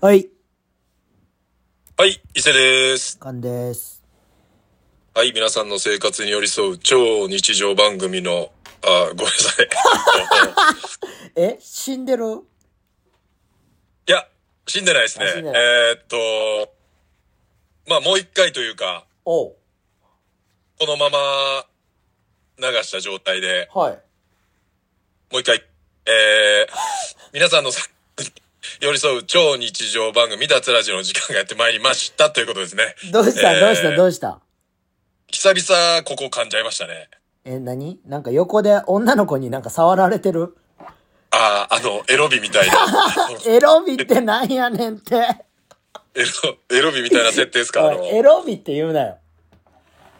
はい、はい、伊勢です。カンです。はい、皆さんの生活に寄り添う超日常番組の、あー、ごめんな さい。え死んでるいや、死んでないですね。あ死んでないえーっと、まあもう一回というか、おうこのまま流した状態で、はい。もう一回、えー、皆さんの生活に寄り添う超日常番組脱ラジオの時間がやってまいりましたということですね。どうした、えーどうしたどうした久々ここ噛んじゃいましたね。え、何なんか横で女の子になんか触られてるああ、あの、エロビみたいな。 エロビってなんやねんって。エロ、エロビみたいな設定ですかあおの いエロビって言うなよ。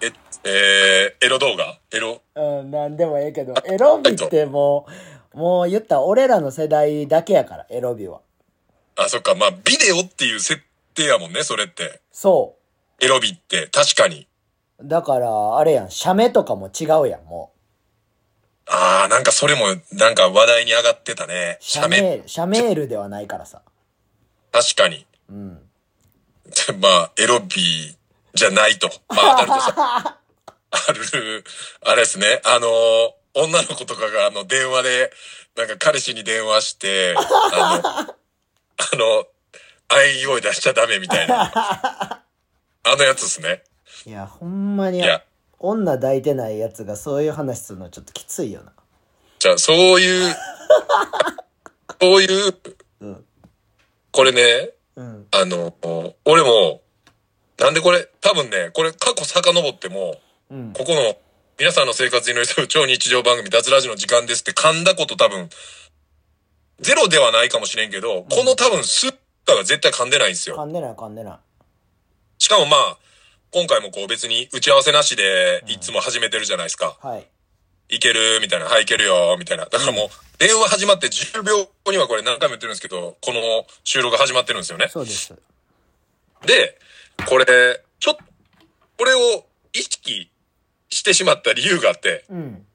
え、えーエロ動画エロうん、なんでもええけど、エロビってもう、もう言ったら俺らの世代だけやから、エロビは。あ、そっか。まあ、ビデオっていう設定やもんね、それって。そエロビって、確かに。う。だから、あれやん、写メとかも違うやん、もう。ああ、なんかそれも、なんか話題に上がってたね。シ写ャメ。メ、写メールではないからさ。確かに。うん。まあ、エロビじゃないと。まあ、あるとさ、ある、あれですね。あのー女の子とかが、あの、電話で、なんか彼氏に電話し て、あの、あの、喘ぎ声出しちゃダメみたいな。あのやつですね。いや、ほんまにいや、女抱いてないやつがそういう話するのちょっときついよな。じゃあ、そう いう、そういう、うんこれね、うん。あの、俺も、なんでこれ、多分ね、これ過去遡っても、うん。ここの、皆さんの生活に寄り添う超日常番組、脱ラジの時間ですって噛んだこと多分、ゼロではないかもしれんけど、この多分、スッパが絶対噛んでないんですよ。噛んでない噛んでなしかもまあ、今回もこう別に打ち合わせなしで、いつも始めてるじゃないですか。い。はい。いけるみたいな、はい、いけるよみたいな。だからもう、電話始まって10秒後にはこれ何回も言ってるんですけど、この収録が始まってるんですよね。そうです。で、これ、ちょっと、これを意識してしまった理由があって、うん。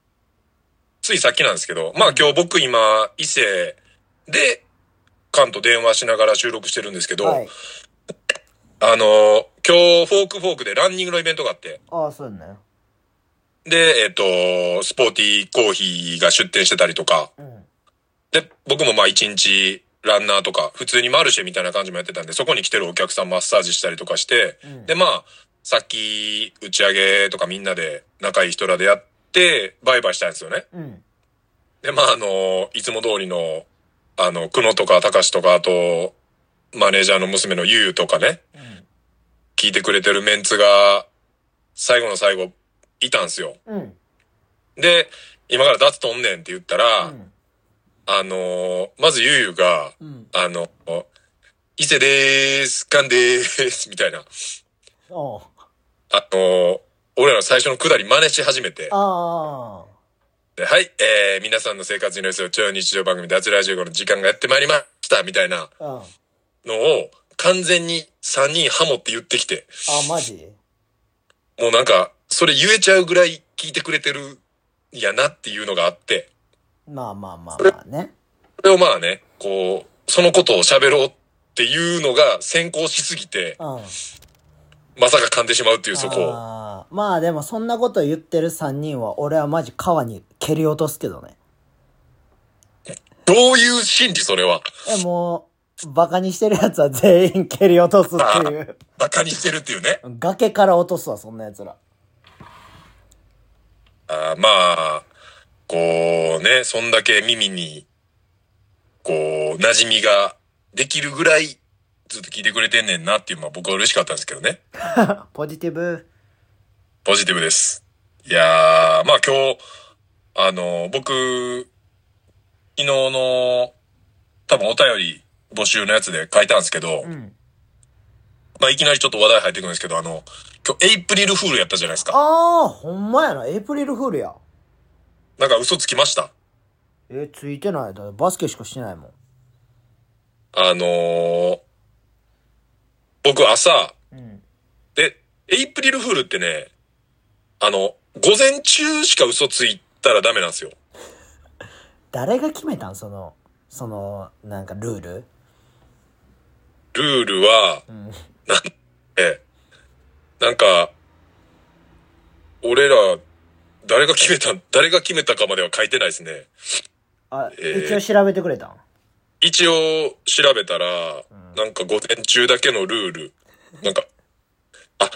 ついさっきなんですけど、まあ今日僕今、伊勢で、カンと電話しながら収録してるんですけど、はい。あの、今日、フォークフォークでランニングのイベントがあって、ああ、そうだね。で、えっ、と、スポーティーコーヒーが出店してたりとか、うん。で、僕もまあ一日ランナーとか、普通にマルシェみたいな感じもやってたんで、そこに来てるお客さんマッサージしたりとかして、うんで、まあ、さっき打ち上げとかみんなで仲いい人らでやって、バイバイしたんですよね。うん。で、まあ、あの、いつも通りの、あの、久野とか高志とか、あと、マネージャーの娘のゆうとかね、聞いてくれてるメンツが、最後の最後、いたんですよ。うん。うん。で、今から脱とんねんって言ったら、うんあの、まずゆうゆうが、うん。あの、伊勢でーす、カンでーす、みたいな。おうあの、俺らの最初のくだり真似し始めて、ああ。ではい、えー、皆さんの生活に寄り添う超日常番組、脱ラジオの時間がやってまいりました、みたいなうん。あ、のを、完全に3人ハモって言ってきて、マジもうなんか、それ言えちゃうぐらい聞いてくれてるんやなっていうのがあって、まあまあまあまあね。それをまあね、こう、そのことを喋ろうっていうのが先行しすぎて、うん。まさか噛んでしまうっていうそこ。あーまあでもそんなこと言ってる3人は俺はマジ川に蹴り落とすけどね。どういう心理それは。え、もう、バカにしてるやつは全員蹴り落とすっていう。バカにしてるっていうね。崖から落とすわ、そんなやつら。あーまあ、こうね、そんだけ耳に、こう、馴染みができるぐらい、ずっと聞いてくれてんねんなっていうのは僕は嬉しかったんですけどね。ポジティブ。ポジティブです。いやー、まあ今日、あの、僕、昨日の、多分お便り募集のやつで書いたんですけど、うん。まあいきなりちょっと話題入ってくるんですけど、あの、今日エイプリルフールやったじゃないですか。ああ、ほんまやな。エイプリルフールや。なんか嘘つきました。え、ついてない。だってバスケしかしてないもん。あのー僕朝、うん。で、エイプリルフールってね、あの、午前中しか嘘ついたらダメなんですよ。誰が決めたんその、その、なんかルールルルールは、うん。なんえ、なんか、俺ら、誰が決めた、誰が決めたかまでは書いてないですね。あ、えー一応調べてくれたん一応調べたら、なんか午前中だけのルール。なんか、あ、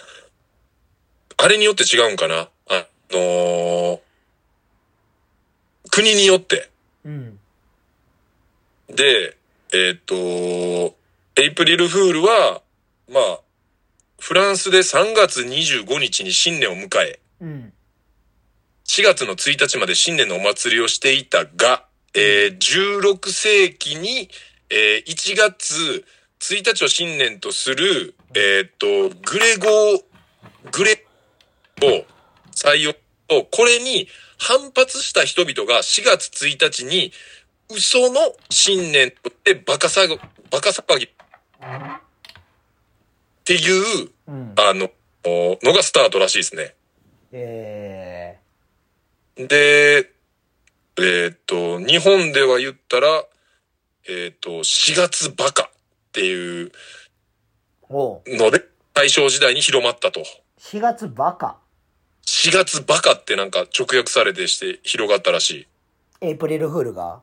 あれによって違うんかなあのー国によって。うん。で、えーっ、と、エイプリルフールは、まあ、フランスで3月25日に新年を迎え、うん。 4月の1日まで新年のお祭りをしていたが、えー16世紀に、えー1月1日を新年とする、えーっと、グレゴー、グレを採用と、これに反発した人々が4月1日に嘘の新年とってバカさぐ、バカ騒ぎっていう、うん。あの、おのがスタートらしいですね。えで、えーっと、日本では言ったら、えーっと、4月バカっていうー、おう。ので、大正時代に広まったと。 4月バカ。 4月バカってなんか直訳されてして広がったらしエイプリルフールが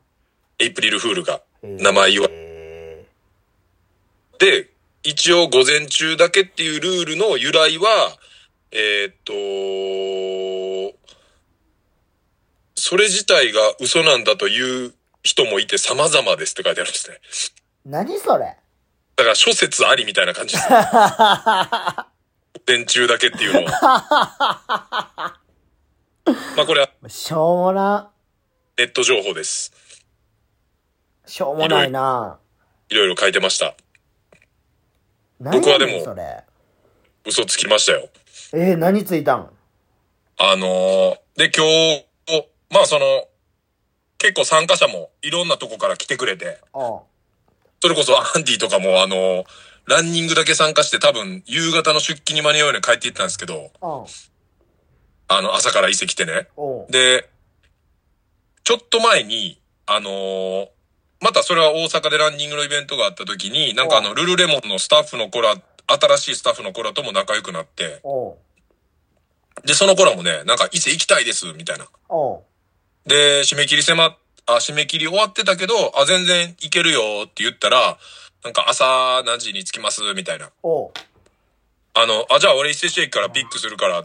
い。エイプリルフールがえー名前言わえで、一応午前中だけっていうルールの由来は、えーっと、それ自体が嘘なんだという人もいて様々ですって書いてあるんですね。ー、何それだから諸説ありみたいな感じです。電柱だけっていうのは。まあこれはしょうもな、ネット情報です。しょうもないな。いろいろ書いてました。何僕はでやねんもそれ。嘘つきましたよ。えー、何ついたんあのーで今日、まあその、結構参加者もいろんなとこから来てくれて、ああそれこそアンディとかもあのーランニングだけ参加して多分夕方の出勤に間に合うように帰っていったんですけど、あああの朝から伊勢来てね。おう。で、ちょっと前に、あのーまたそれは大阪でランニングのイベントがあった時に、なんかあの、ルルレモンのスタッフの子ら、新しいスタッフの子らとも仲良くなって、おう。で、その子らもね、なんか伊勢行きたいです、みたいな。おう。で、締め切り迫っ、あ、締め切り終わってたけど、あ、全然行けるよって言ったら、なんか朝何時に着きます、みたいな。おう。あの、あ、じゃあ俺伊勢市駅からピックするから。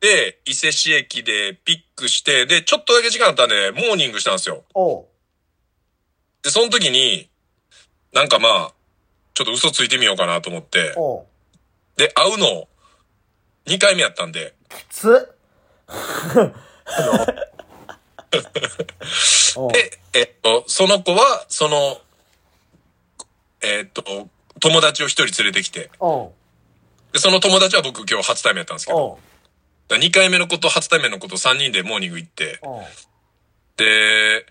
で、伊勢市駅でピックして、で、ちょっとだけ時間あったんで、モーニングしたんですよ。おう。で、その時に、なんかまあ、ちょっと嘘ついてみようかなと思って、おう。で、会うの、2回目やったんで、きつっおう。で、えっと、その子は、その、えっと、友達を一人連れてきて、おう。で、その友達は僕今日初対面やったんですけど、おう。 2回目の子と初対面の子と3人でモーニング行って、おう。で、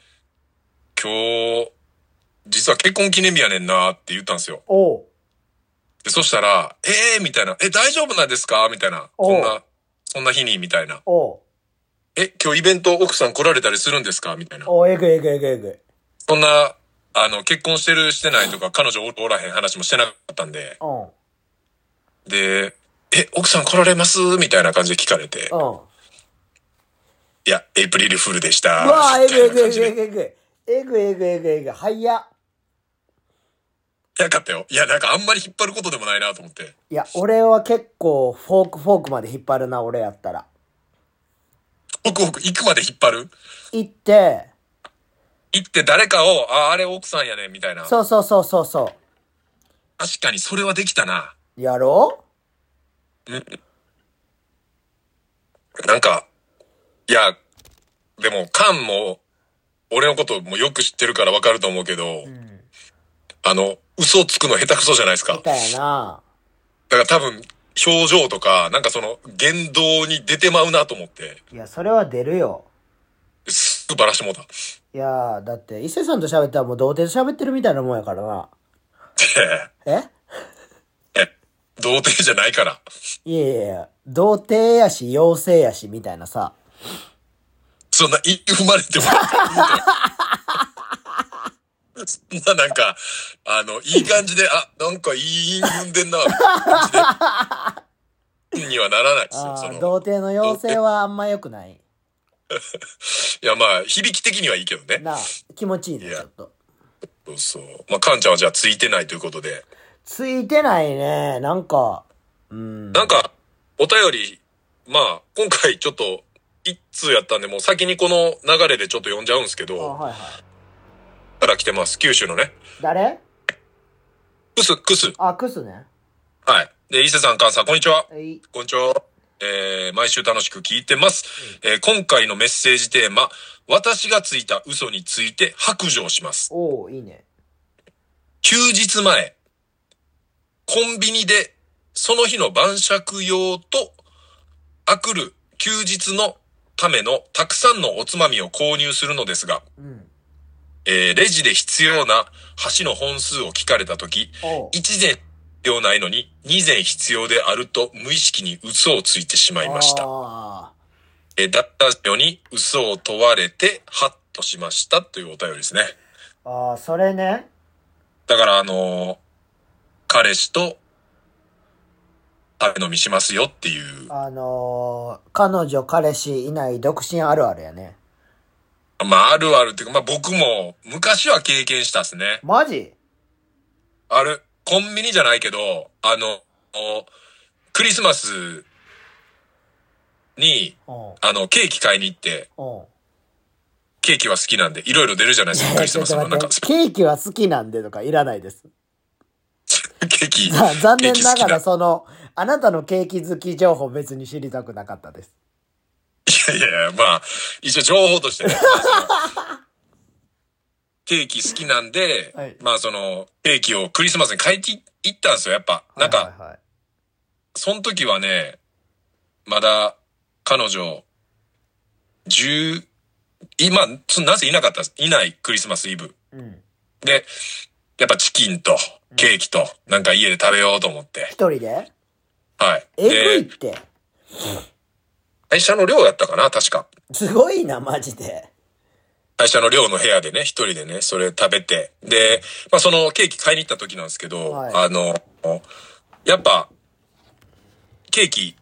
今日、実は結婚記念日やねんなって言ったんですよ。おう。で、そしたら、えーみたいな、え、大丈夫なんですかみたいな、おうこんな、そんな日に、みたいな。おう。え、今日イベント奥さん来られたりするんですかみたいな。おう、えぐいえぐいえぐいえぐい。そんな、あの、結婚してるしてないとか、彼女おらへん話もしてなかったんで、おう。で、え、奥さん来られますみたいな感じで聞かれて、おう。いや、エイプリルフールでした。うわーみえたぐいいえぐいえな感じぐいでえぐいえぐい。えぐいえぐいえぐいえぐい。早っ。早かったよ。いや、なんかあんまり引っ張ることでもないなと思って。いや、俺は結構、フォークフォークまで引っ張るな、俺やったら。ホクホク行くまで引っ張る行って、行って誰かを、あ、あれ奥さんやね、みたいな。確そうそうそうそうそかにそれはできたな。う。やろなんか、いや、でも、カンも、俺のこともよく知ってるからわかると思うけど、ううん。あの、嘘をつくの下手くそじゃないですか。だみたいな。から多分、表情とか、なんかその、言動に出てまうなと思って、いや、それは出るよ。すぐバラしてもうた。で、いやー、だって、伊勢さんと喋ったらもう童貞と喋ってるみたいなもんやからな。ええ、童貞じゃないから。いやいやいや、童貞やし、妖精やし、みたいなさ。そんな、い、生まれても。そんななんか、あの、いい感じで、あ、なんかいい踏んでんな、感じでにはならないですよ。あそあ、の、童貞の妖精はあんま良くない。いや、まあ、響き的にはいいけどね。なあ、気持ちいいね、いちやょっと。そうそう。まあ、カンちゃんはじゃあついてないということで。ついてないね、なんか。うん。なんか、お便り、まあ、今回ちょっと、一通やったんで、もう先にこの流れでちょっと読んじゃうんですけあど、はいはい。から来てます。九州のね。誰クス、クス。あ、クスね。はい。で、伊勢さん、カンさん、こんにちは。はい。こんにちは。えー毎週楽しく聞いてます。えー今回のメッセージテーマ、私がついた嘘について白状します。おおいいね。休日前、コンビニで、その日の晩酌用と、あくる休日のためのたくさんのおつまみを購入するのですが、うん。えーレジで必要な箸の本数を聞かれたとき、おう1膳必要ないのに2膳必要であると無意識に嘘をついてしまいました。あえー、だったように嘘を問われて、ハッとしましたというお便りですね。ーあー、それね。だから、あのー彼氏と、食べ飲みしますよっていう、あのー、彼女、彼氏いない独身あるあるやね。まあ、あるあるっていうか、まあ僕も昔は経験したですね。マジある、コンビニじゃないけど、あの、おクリスマスに、おうあの、ケーキ買いに行って、おうケーキは好きなんで、いろいろ出るじゃないですか、クリ待スっマスての。待なんかっ、てケーキは好きなんでとかいらないです。 ケーキ。ざ残念なケーキ好がきらその、あなたのケーキ好き情報別に知りたくなかったです。いやいや、まあ、一応情報と してね。まあそのケーキ好きなんで、はいまあその、ケーキをクリスマスに買いに行ったんですよ、やっぱ。なはいんか、はいはいその時はね、まだ、彼女、十、今、そなぜいなかったんですいないクリスマスイブ。うん。で、やっぱチキンとケーキと、なんか家で食べようと思って一。人ではい。えぐいっで、て。会社の寮やったかな、確か。すごいな、マジで。会社の寮の部屋でね、一人でね、それ食べて。で、まあ、そのケーキ買いに行った時なんですけど、はいあの、やっぱ、ケーキ、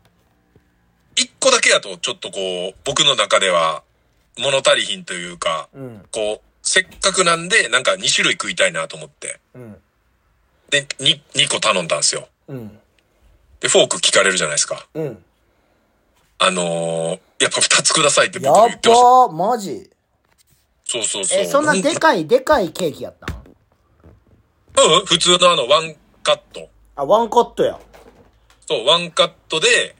一個だけやとちょっとこう、僕の中では物足りひんというか、うん。こう、せっかくなんで、なんか2種類食いたいなと思って。うん。で、2、2個頼んだんですよ。うん。で、フォーク聞かれるじゃないですか。うん。あのーやっぱ2つくださいってや僕っ言ってましばた。ー、マジ。そうそうそう。え、そんなでかい、でかいケーキやったんうん、普通のあの、ワンカット。あ、ワンカットや。そう、ワンカットで、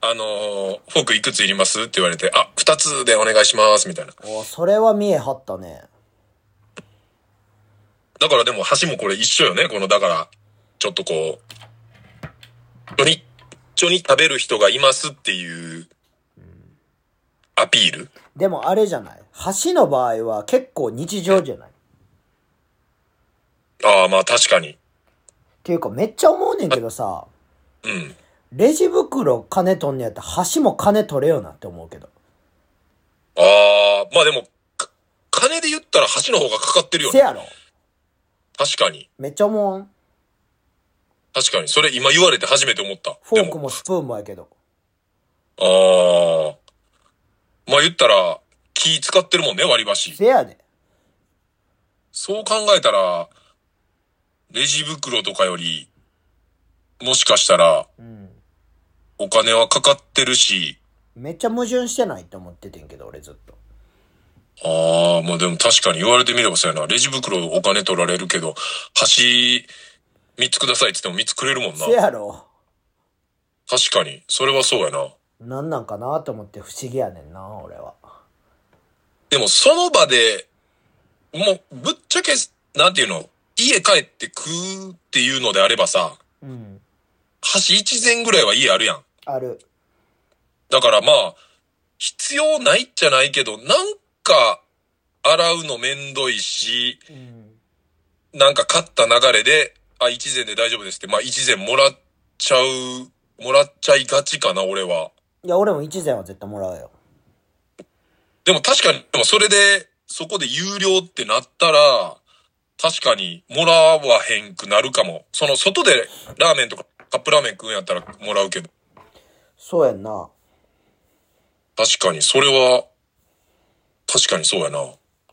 あのーフォークいくついりますって言われて、あ、二つでお願いします、みたいな。おそれは見え張ったね。だからでも箸もこれ一緒よね、この、だから、ちょっとこう、一緒に、一緒に食べる人がいますっていう、アピールでもあれじゃない橋の場合は結構日常じゃないっああ、まあ確かに。ていうかめっちゃ思うねんけどさ、うん。レジ袋金取んねやったら橋も金取れよなって思うけど。ああ、まあでも、か金で言ったら箸の方がかかってるよせね。やろ確かに。めっちゃ思わん確かに。それ今言われて初めて思った。フォでークもスプーンもやけど。ああ。まあ言ったら、気使ってるもんね、割り箸。せやで。そう考えたら、レジ袋とかより、もしかしたら、うん。お金はかかってるし、めっちゃ矛盾してないって思っててんけど、俺ずっと。ああ、まあでも確かに言われてみればそうやな。レジ袋お金取られるけど、箸、三つくださいって言っても三つくれるもんなせ。やろ確かに。それはそうやな。なんなんかなと思って不思議やねんな、俺は。でもその場で、もう、ぶっちゃけ、なんていうの、家帰って食うっていうのであればさ、うん。箸一膳ぐらいは家あるやん。ある。だからまあ、必要ないじゃないけど、なんか、洗うのめんどいし、うん。なんか買った流れで、あ、一膳で大丈夫ですって、まあ一膳もらっちゃう、もらっちゃいがちかな、俺は。いや、俺も一膳は絶対もらうよ。でも確かに、でもそれで、そこで有料ってなったら、確かにもらわへんくなるかも。その外でラーメンとかカップラーメン食うんやったらもらうけど。そうやんな。確かに、それは、確かにそうやな。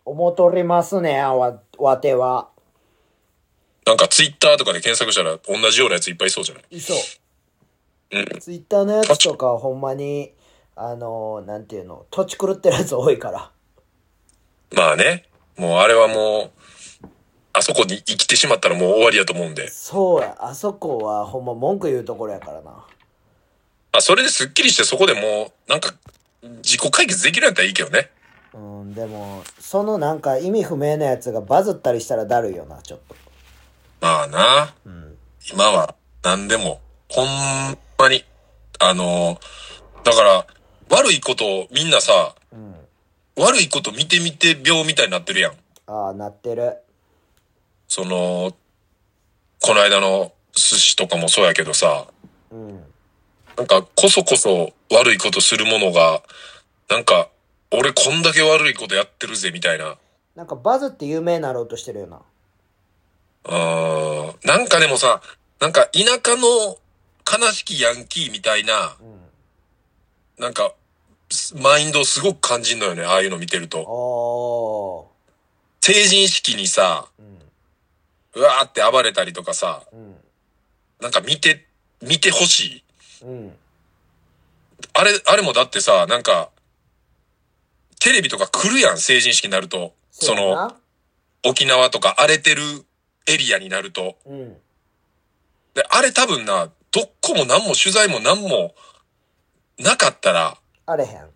思うとりますね、わ、わては。なんかツイッターとかで検索したら同じようなやついっぱいいそうじゃないいそう。うん。ツイッターのやつとかはほんまに、あの、なんていうの、土地狂ってるやつ多いから。まあね。もうあれはもう、あそこに生きてしまったらもう終わりやと思うんで。そうや、あそこはほんま文句言うところやからな。あ、それですっきりしてそこでもう、なんか、自己解決できるんやったらいいけどね。うん、でも、そのなんか意味不明なやつがバズったりしたらだるいよな、ちょっと。まあな。うん。今は何でも、ほんまに。あの、だから、悪いことをみんなさ、うん。悪いこと見てみて病みたいになってるやん。ああ、なってる。その、この間の寿司とかもそうやけどさ、うん。なんか、こそこそ悪いことするものが、なんか、俺こんだけ悪いことやってるぜ、みたいな。なんかバズって有名になろうとしてるよな。うーん。なんかでもさ、なんか田舎の悲しきヤンキーみたいな、うん。なんか、すマインドをすごく感じんのよね、ああいうの見てると。おー。成人式にさ、うん。うわーって暴れたりとかさ、うん。なんか見て、見てほしい。うん。あれ、あれもだってさ、なんか、テレビとか来るやん、成人式になると。そうやの、な。沖縄とか荒れてるエリアになると。うん。で、あれ多分な、どっこも何も取材も何もなかったら、あれへん。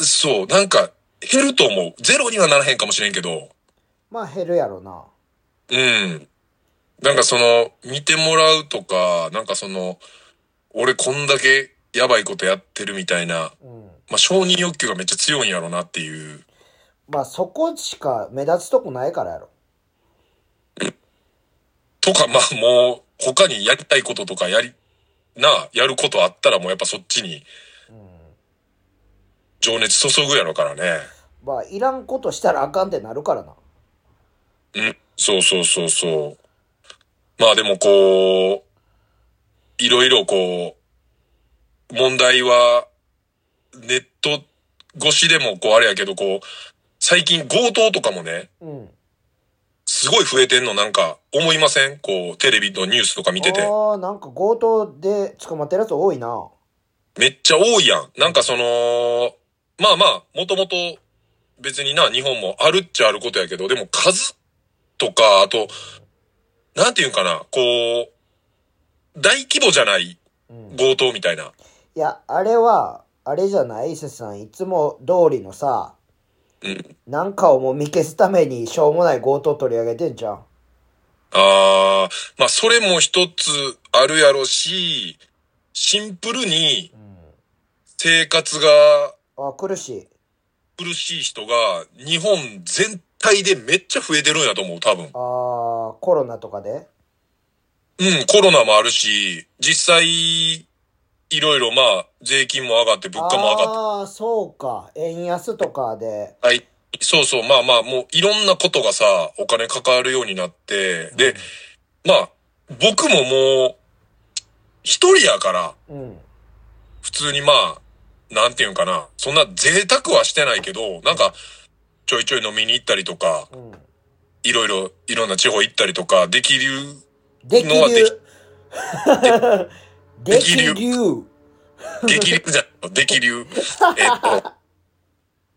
そう、なんか減ると思う。ゼロにはならへんかもしれんけど、まあ減るやろな。うん。なんかその、見てもらうとか、なんかその、俺こんだけやばいことやってるみたいな、うん。まあ、承認欲求がめっちゃ強いんやろなっていう。まあそこしか目立つとこないからやろ。とか、まあもう、他にやりたいこととかやり、なあ、やることあったらもうやっぱそっちにうん。情熱注ぐやろからね。まあいらんことしたらあかんってなるからな。うん、そうそうそうそう。まあでもこう、いろいろこう、問題は、ネット越しでもこうあれやけど、こう、最近強盗とかもね、うん。すごい増えてんのなんか思いませんこう、テレビのニュースとか見てて。ああ、なんか強盗で捕まってるやつ多いな。めっちゃ多いやん。なんかその、まあまあ、もともと別にな、日本もあるっちゃあることやけど、でも数とか、あと、なんていうんかな、こう、大規模じゃないうん。強盗みたいな。いや、あれは、あれじゃない伊勢さん、いつも通りのさ、うん。なんかをもう見消すためにしょうもない強盗取り上げてんじゃん。あー、まあそれも一つあるやろし、シンプルにうん。生活があ、苦しい。苦しい人が日本全体でめっちゃ増えてるんやと思う、多分。ああ、コロナとかでうん、コロナもあるし、実際、いろいろまあ、税金も上がって、物価も上がって、ああ、そうか。円安とかで。はい。そうそう、まあまあ、もういろんなことがさ、お金かかるようになって、で、まあ、僕ももう、一人やから、うん。普通にまあ、なんていうんかな、そんな贅沢はしてないけど、なんか、ちょいちょい飲みに行ったりとか、うん。いろいろ、いろんな地方行ったりとか、できる、できのはできる。でき でる。激流じゃん。激流。えっと、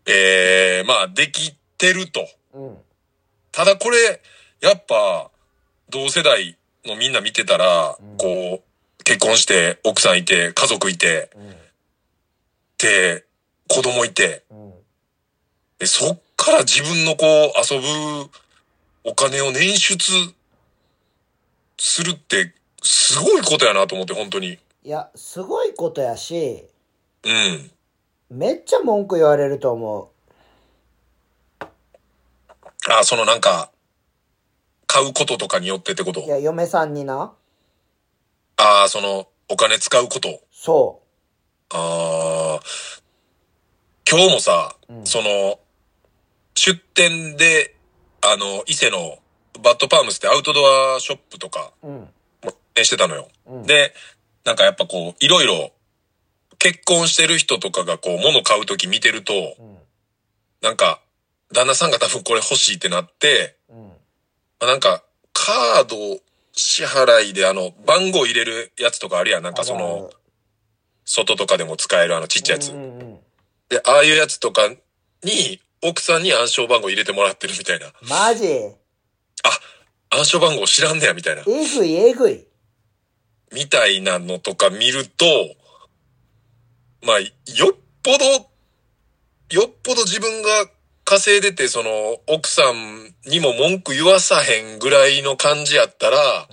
えー、まあ、できてると。うん。ただこれ、やっぱ、同世代のみんな見てたらうん、こう、結婚して、奥さんいて、家族いて、うん。で、子供いて、うん。でそっから自分のこう、遊ぶお金を捻出するって、すごいことやなと思って、本当に。いや、すごいことやし、うん。めっちゃ文句言われると思う。あ、そのなんか、買うこととかによってってこといや、嫁さんにな。ああ、その、お金使うこと。そああ、今日もさ、うんその、出店で、あの、伊勢のバッドパームスってアウトドアショップとか、うん。えしてたのよ。うんで、なんかやっぱこう、いろいろ、結婚してる人とかがこう、物買うとき見てると、うん。なんか、旦那さんが多分これ欲しいってなって、うん。まあなんか、カード支払いであの、番号入れるやつとかあるやん。なんかそあるあのる、外とかでも使えるあのちっちゃいやつ。うんうんうんで、ああいうやつとかに、奥さんに暗証番号入れてもらってるみたいな。マジえ暗証番号知らんねや、みたいな。ぐいえぐい。みたいなのとか見ると、まあ、よっぽど、よっぽど自分が稼いでて、その、奥さんにも文句言わさへんぐらいの感じやったら、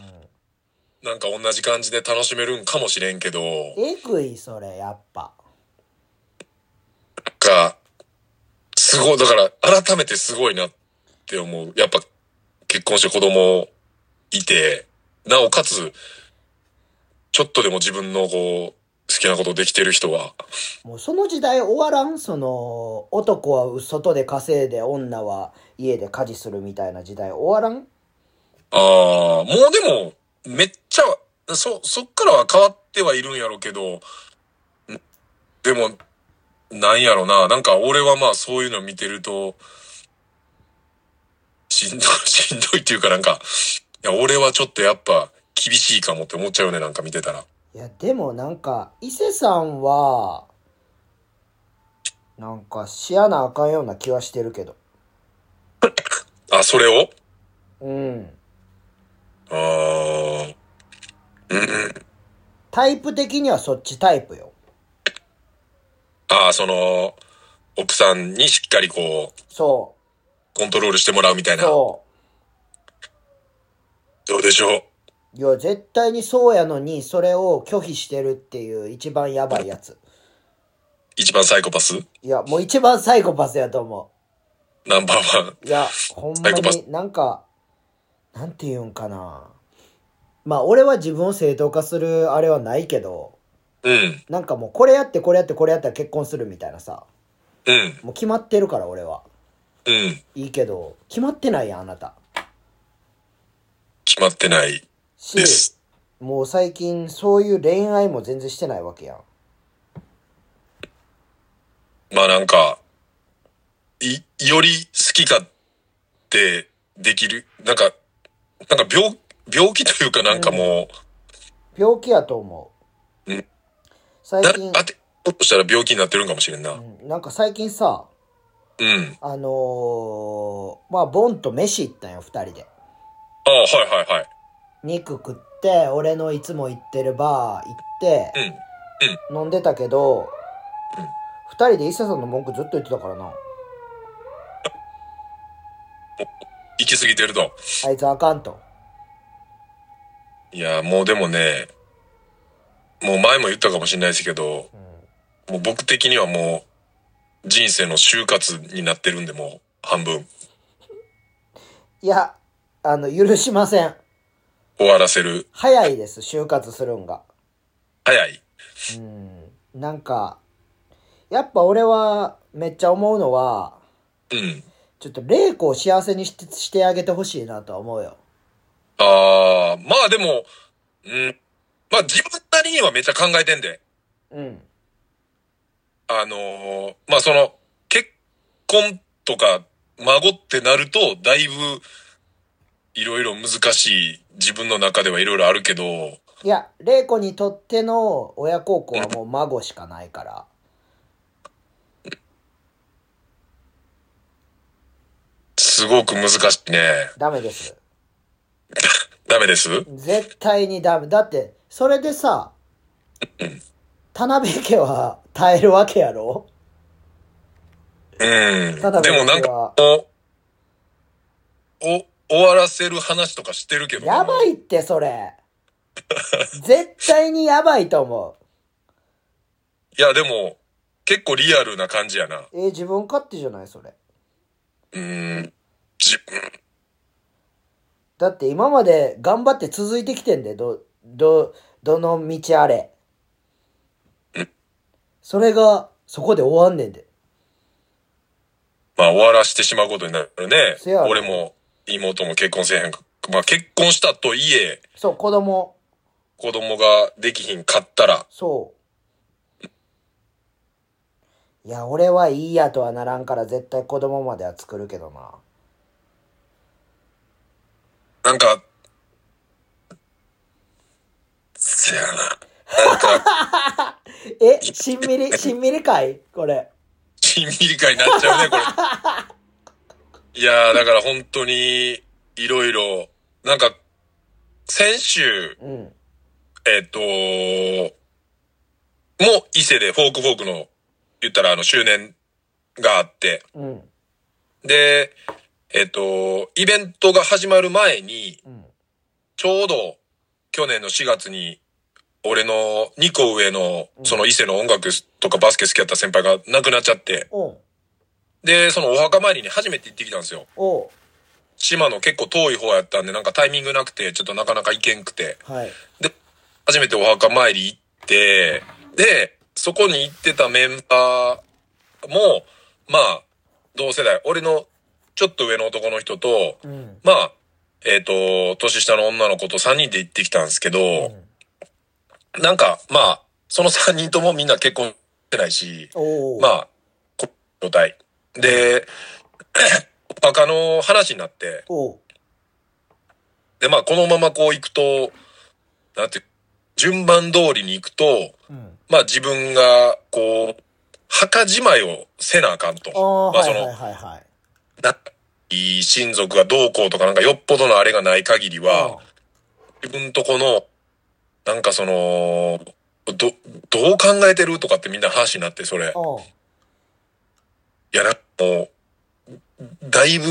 なんか同じ感じで楽しめるんかもしれんけど、えぐい、それ、やっぱ。が、すごい、だから改めてすごいなって思う。やっぱ結婚して子供いて、なおかつ、ちょっとでも自分のこう、好きなことできてる人は、もうその時代終わらんその、男は外で稼いで、女は家で家事するみたいな時代終わらんああ、もうでも、めっちゃ、そ、そっからは変わってはいるんやろうけど、んでも、なんやろな。なんか俺はまあそういうの見てると、しんどい、 しんどいっていうかなんか、いや俺はちょっとやっぱ厳しいかもって思っちゃうよね、なんか見てたら。いや、でもなんか、伊勢さんは、なんか、しやなあかんような気はしてるけど。あ、それをうん。あーうん。タイプ的にはそっちタイプよ。ああ、その、奥さんにしっかりこう、そ。コントロールしてもらうみたいうな。どそうでしょう。う。いや、絶対にそうやのに、それを拒否してるっていう一番やばいやつ。一番サイコパスいや、もう一番サイコパスやと思ナンバーワう。ン。いや、ほんまサイコパスになんか、なんて言うんかな。まあ、俺は自分を正当化するあれはないけど、うん。なんかもうこれやってこれやってこれやったら結婚するみたいなさ。うん。もう決まってるから俺は。うん。いいけど、決まってないやん、あなた。決まってないし、です。もう最近そういう恋愛も全然してないわけやん。まあなんか、い、より好き勝手できる。なんか、なんか病、病気というかなんかも病気やと思う。うん最う、な近、あて、もっとしたら病気になってるんかもしれんな。う。うんんなんか最近さ、あのー、まあ、ボンと飯行ったんよ、二人で。ああ、はいはいはい。肉食って、俺のいつも行ってるバー行って、うん。飲んでたけどうん、二人で伊勢さんの文句ずっと言ってたからな。行き過ぎてると。あいつあかんと。いや、もうでもね、もう前も言ったかもしれないですけど、もう僕的にはもう、人生の就活になってるんで、もう、半分、いや、あの、許しません。終わらせる。早いです、就活するんが。早い。うん。なんか、やっぱ俺はめっちゃ思うのは、うん。ちょっと玲子を幸せにしてしてあげてほしいなとは思うよ。ああ、まあでも、うん。まあ自分なりにはめっちゃ考えてんで。うん。あのーまあその、結婚とか孫ってなると、だいぶ、いろいろ難しい、自分の中ではいろいろあるけど、いや、玲子にとっての親孝行はもう孫しかないから。すごく難しいね。ダメです。ダメです絶対にダメ。だって、それでさ、田辺家は耐えるわけやろうん。ただでもなん僕はか、お、お、終わらせる話とかしてるけど。やばいって、それ。絶対にやばいと思う。いや、でも、結構リアルな感じやな。えー自分勝手じゃないそれ。うん。じ、だって今まで頑張って続いてきてんで、ど、ど、どの道あれ。それが、そこで終わんねんで。まあ終わらしてしまうことになるねせや。ろ俺も妹も結婚せえへんか。まあ結婚したとはいえ、そう、子供。子供ができひんかったら、そう。いや、俺はいいやとはならんから、絶対子供までは作るけどな。なんか、せやな。なんか、 え、しんみり、しんみりかいこれ。しんみりかになっちゃう ね、これ。いやー、だから本当に、いろいろ、なんか、先週、うん。えっ、ともう伊勢でフォークフォークの、言ったらあの、周年があって、うん。で、えっ、とイベントが始まる前に、うん。ちょうど、去年の4月に、俺の2個上の、その伊勢の音楽とかバスケ好きだった先輩が亡くなっちゃって、おう。で、そのお墓参りに初めて行ってきたんですよ。おう。島の結構遠い方やったんで、なんかタイミングなくて、ちょっとなかなか行けんくて、はい。初めてお墓参り行って、で、そこに行ってたメンバーも、まあ、同世代、俺のちょっと上の男の人と、うん。まあ、えっ、と、年下の女の子と3人で行ってきたんですけど、うんなんか、まあ、その3人ともみんな結婚してないし、おう。まあ、こ状態。で、 お墓の話になって、おう。で、まあ、このままこう行くと、なんて、順番通りに行くと、うん。まあ自分が、こう、墓じまいをせなあかんと。ああ、はまあそいのはいはいはい。ないい親族がどうこうとかなんかよっぽどのあれがない限りは、自分とこの、なんかその、ど、どう考えてるとかってみんな話になって、それ。おう。いや、なんかもう、だいぶ、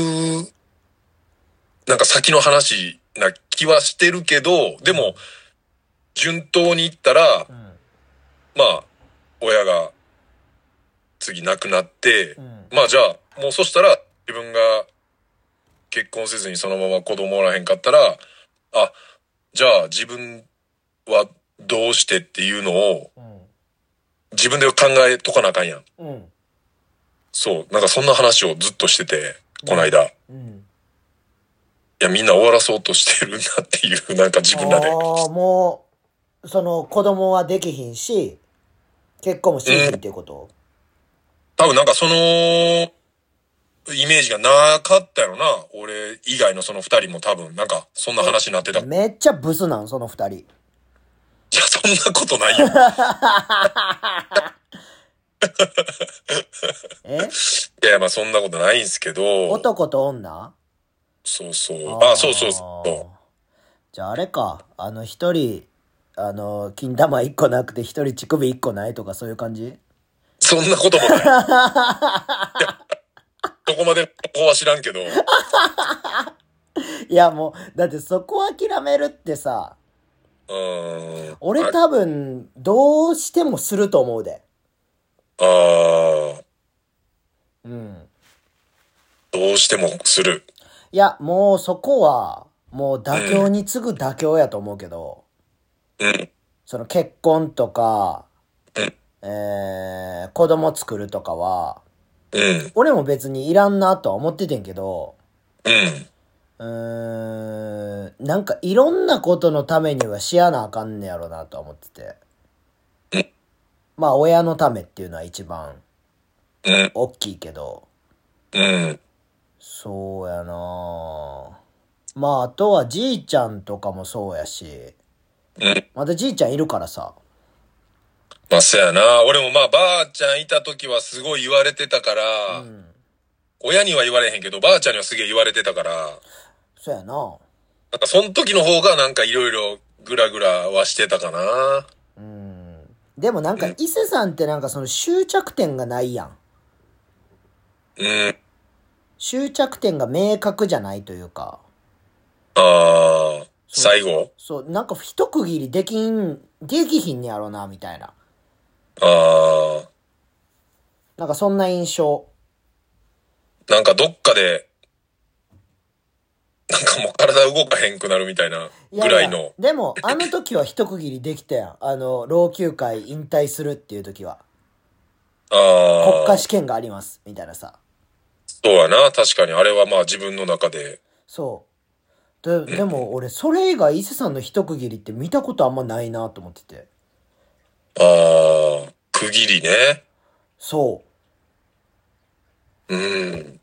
なんか先の話な気はしてるけど、でも、順当にいったら、うん。まあ、親が、次亡くなってう、ん。まあじゃあ、もうそしたら自分が結婚せずにそのまま子供おらへんかったら、あ、じゃあ自分はどうしてっていうのをうん。自分で考えとかなあかんやん。うん。そう。なんかそんな話をずっとしてて、こないだ。いうん。や、みんな終わらそうとしてるなっていう、 なんか自分らで。ああもうその子供はできひんし結婚もしひんっていうこと、多分なんかその、イメージがなかったよな。俺以外のその二人も多分、なんかそんな話になってた。いめっちゃブスなんその二人や、そんなことないよ。えいや、まあそんなことないんすけ ど。男と女そうそう。あ、そうそうーそじゃああれかあの一人あの金玉一個なくて一人乳首一個ないとかそういう感じう。そんなこと もない。いやどこまでここは知らんけど。いやもうだってそこ諦めるってさうん。俺あ多分どうしてもすると思うであーうんどうしてもする。いや、もうそこは、もう妥協に次ぐ妥協やと思うけど、うん。その結婚とか、うんえー、子供作るとかは、うん。俺も別にいらんなとは思っててんけど、うん。うーん、なんかいろんなことのためにはしやなあかんねやろなとは思ってて。うんまあ、親のためっていうのは一番うん。大きいけど、うん。そうやなあまあ、あとはじいちゃんとかもそうやし、うん。まだじいちゃんいるからさ。まあ、そやな。俺もまあ、ばあちゃんいた時はすごい言われてたから、うん。親には言われへんけど、ばあちゃんにはすげえ言われてたから、そうやな。なんかその時の方がなんかいろいろぐらぐらはしてたかな。うん。でもなんか伊勢さんってなんかその終着点がないやん。うん。終着点が明確じゃないというか。ああ、そう最後そう、なんか一区切りできん、できひんねやろな、みたいな。ああ、なんかそんな印象。なんかどっかで、なんかもう体動かへんくなるみたいなぐらいの。でも、あの時は一区切りできたやん。あの、老朽会引退するっていう時は。あ国あ家、試験があります、みたいなさ。そうやな。確かに、あれはまあ自分の中で。そう。でで も俺、それ以外伊勢さんの一区切りって見たことあんまないなと思ってて。ああ、区切りね。そうん。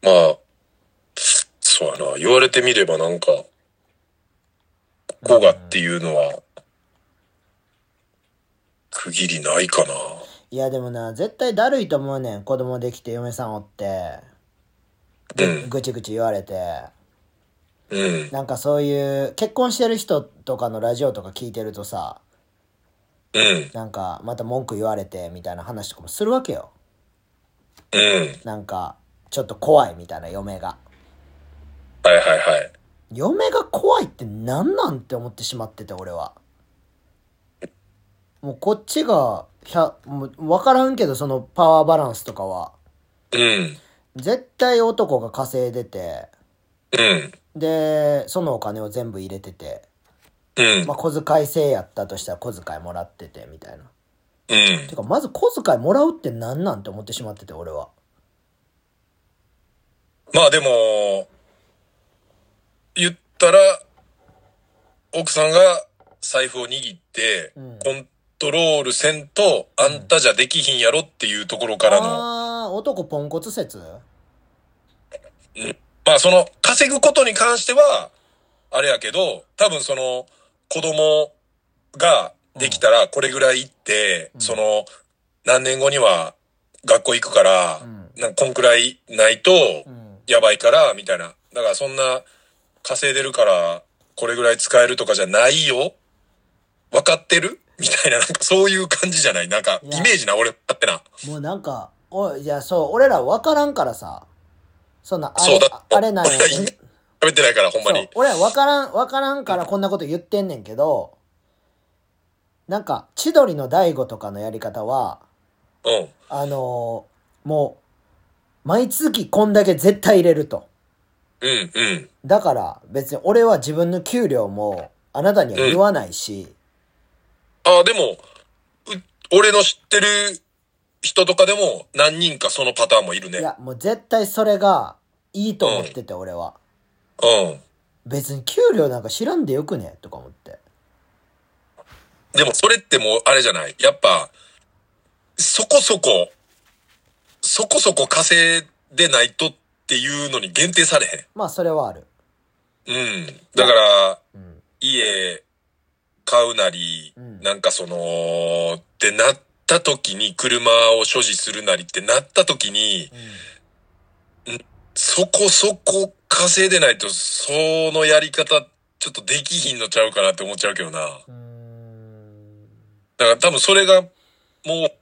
まあ、そうやな。言われてみればなんか、こがっていうのは、区切りないかな。う。いやでもな、絶対だるいと思うねん。子供できて嫁さんおって、うん。ぐちぐち言われて。うん。なんかそういう、結婚してる人とかのラジオとか聞いてるとさ、うん。なんかまた文句言われてみたいな話とかもするわけよ。うん。なんか、ちょっと怖いみたいな嫁が。はいはいはい。嫁が怖いって何なんって思ってしまってて俺はもうこっちがひゃもう分からんけどそのパワーバランスとかはうん。絶対男が稼いでてうん。でそのお金を全部入れてて、うん。まあ、小遣い制やったとしたら小遣いもらっててみたいなうん。てかまず小遣いもらうって何なんって思ってしまってて俺はまあでも、言ったら、奥さんが財布を握ってうん、コントロールせんと、あんたじゃできひんやろっていうところからの、ああー男ポンコツ説まあその、稼ぐことに関しては、あれやけど、多分その、子供ができたらこれぐらい行って、うんその、何年後には学校行くから、うんなんかこんくらいないと、うんやばいから、みたいな。だからそんな、稼いでるから、これぐらい使えるとかじゃないよ。分かってるみたいな、なんかそういう感じじゃないなんか、イいやメージな、俺、あってな。もうなんか、おい、いや、そう、俺ら分からんからさ。そんな、あそうれだ、ああれなんやけど。俺ら喋ってないから、ほんまそうに。、俺ら分からん、分からんからこんなこと言ってんねんけど、なんか、千鳥の大悟とかのやり方は、うん。あのーもう、毎月こんだけ絶対入れると。うん、うん。だから、別に俺は自分の給料も、あなたには言わないし、ああ、でも、う俺の知ってる人とかでも、何人かそのパターンもいるね。いうや、もう絶対それが、いいと思ってて、俺は。ん。別に給料なんか知らんでよくねとか思って。でも、それってもう、あれじゃないやっぱ、そこそこ、そこそこ稼いでないとっていうのに限定されへん。まあ、それはある。うん。だから、うん。家買うなり、うんなんかその、ってなった時に、車を所持するなりってなった時に、そこそこ稼いでないと、そのやり方、ちょっとできひんのちゃうかなって思っちゃうけどな。だうーん。から多分それが、もう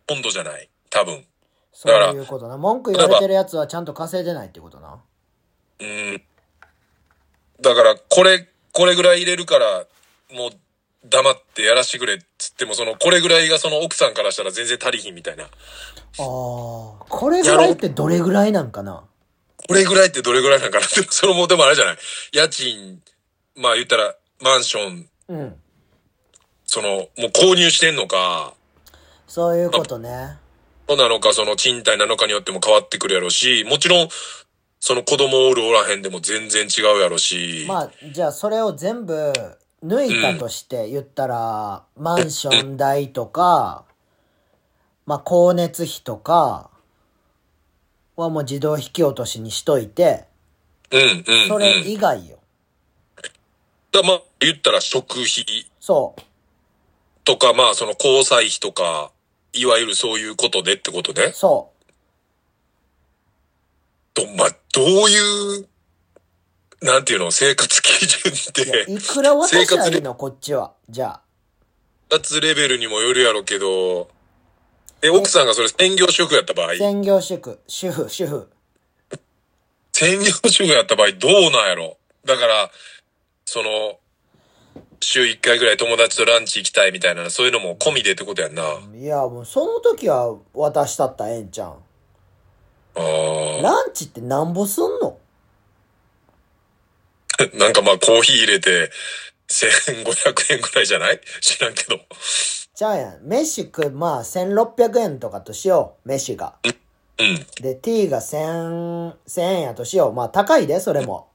本土じゃない。多分。そだからういうことな。文句言われてるやつはちゃんと稼いでないってことな。うん。だから、これ、これぐらい入れるから、もう、黙ってやらしてくれっつっても、その、これぐらいがその奥さんからしたら全然足りひんみたいな。ああー。これぐらいってどれぐらいなんかなこれぐらいってどれぐらいなん かなでもそれも、でもあれじゃない家賃、まあ言ったら、マンション、うん。その、もう購入してんのか、そういうことね。そうなのか、その賃貸なのかによっても変わってくるやろうし、もちろん、その子供おるおらへんでも全然違うやろうし、まあ、じゃあそれを全部抜いたとして言ったら、マンション代とか、まあ、光熱費とか、はもう自動引き落としにしといて、うんうんうん。それ以外よ。だまあ言ったら食費そう。とか、まあその交際費とか、いわゆるそういうことでってことね。そと、まあどういう、なんていうの、生活基準う。いや、って、いくら渡したらいいのこっちは。じゃあ。生活レベルにもよるやろうけど、え、奥さんがそれ専業主婦やった場合、専業主婦、主婦、主婦。専業主婦やった場合どうなんやろだから、その、週1回ぐらい友達とランチ行きたいみたいな、そういうのも込みでってことやんな。あいや、もうその時は渡したったらええんちゃん。 あランチってなんぼすんのー。なんかまあコーヒー入れて、 1500円ぐらいじゃない知らんけど。じゃあやん。飯食う、まあ、1600円とかとしよう。飯が。うん。で、t が1000、1000円やとしよう。まあ、高いで、それも。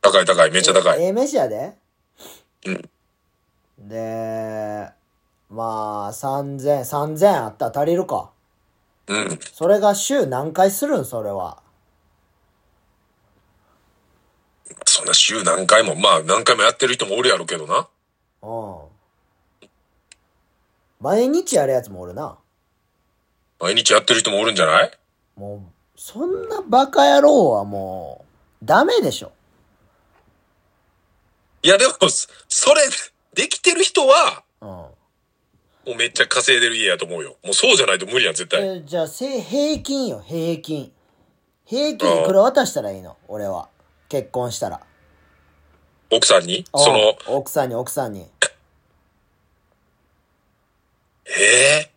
高い高い、めっちゃ高い。えええ飯やで。うん。で、まあ、3000、3000あったら足りるか。うん。それが週何回するんそれは。そんな週何回も、まあ何回もやってる人もおるやろうけどな。うん。毎日やるやつもおるな。毎日やってる人もおるんじゃないもう、そんなバカ野郎はもう、ダメでしょ。いやでも、そそれ、できてる人は、うん。もうめっちゃ稼いでる家やと思うよ。もうそうじゃないと無理やん、絶対。えじゃあせ平均よ平均平均いくら渡したらいいの俺は結婚したら奥さんにその、うん奥さんに奥さんにええ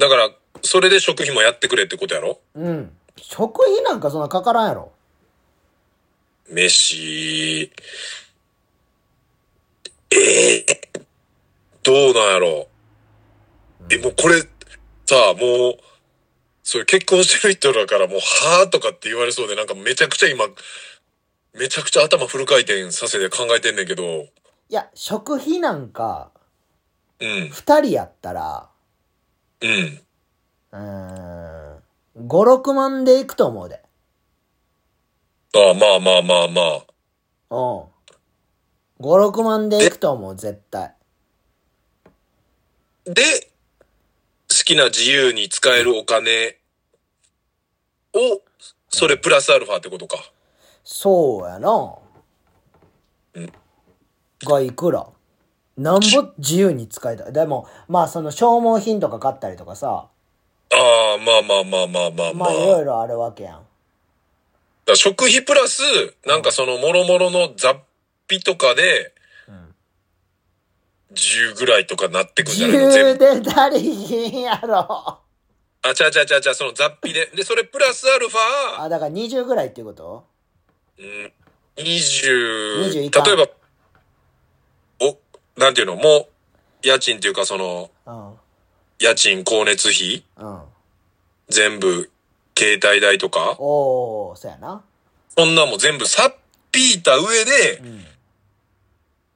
だから、それで食費もやってくれってことやろうん食費なんかそんなかからんやろ飯、ええどうなんやろう。え、もうこれ、さあ、もう、それ結婚してる人だからもう、はぁとかって言われそうで、なんかめちゃくちゃ今、めちゃくちゃ頭フル回転させて考えてんねんけど、いや食費なんかうん、 2人やったらうん。うーん56万でいくと思うでああ、まあまあまあまあ。うん56万でいくと思う絶対で、好きな自由に使えるお金を、それプラスアルファってことか。そうやなうんがいくらなんぼ自由に使えたでもまあその消耗品とか買ったりとかさああ、まあまあまあまあまあままあ。あいろいろあるわけやんだから食費プラス、なんかその、もろもろの雑費とかで、10ぐらいとかなってくんじ自ゃないの全由部。で足りひんやろあ、ちゃうちゃうちゃうちゃう、その雑費で。で、それプラスアルフ ァ、あだから20ぐらいっていうことうん、20、 21か例えば、お、なんていうの、もう、家賃っていうかその、うん家賃、光熱費、うん全部、携帯代とか、おおそうやなそんなんも全部さっぴいた上でう、ん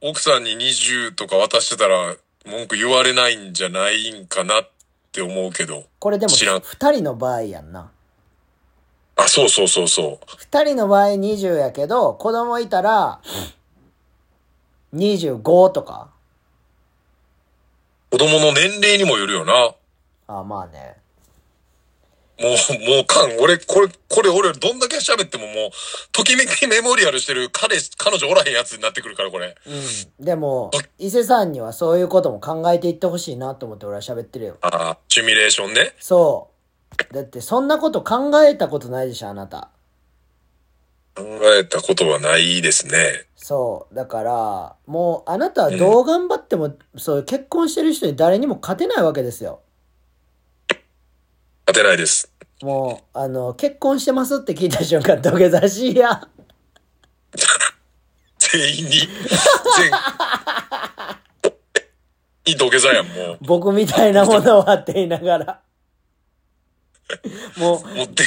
奥さんに20とか渡してたら文句言われないんじゃないんかなって思うけど。これでも知らん2人の場合やんなあ、そうそうそうそ2人の場合20やけど子供いたら25とかう。子供の年齢にもよるよな。もあまあねう、もうかん。俺、これ、これ俺どんだけ喋ってももう、ときめきメモリアルしてる彼、彼女おらへんやつになってくるから、これ。うん、でも伊勢さんにはそういうことも考えていってほしいなと思って俺は喋ってるよあシミュレーションね。そうだってそんなこと考えたことないでしょあなた考えたことはないですね。そうだからもうあなたはどう頑張っても、そう結婚してる人に誰にも勝てないわけですよ当てないです。 もうあの結婚してますって聞いた瞬間土下座しいや 全員に、全 員に土下座やん、もう。僕みたいなものはって言いながら ももうで、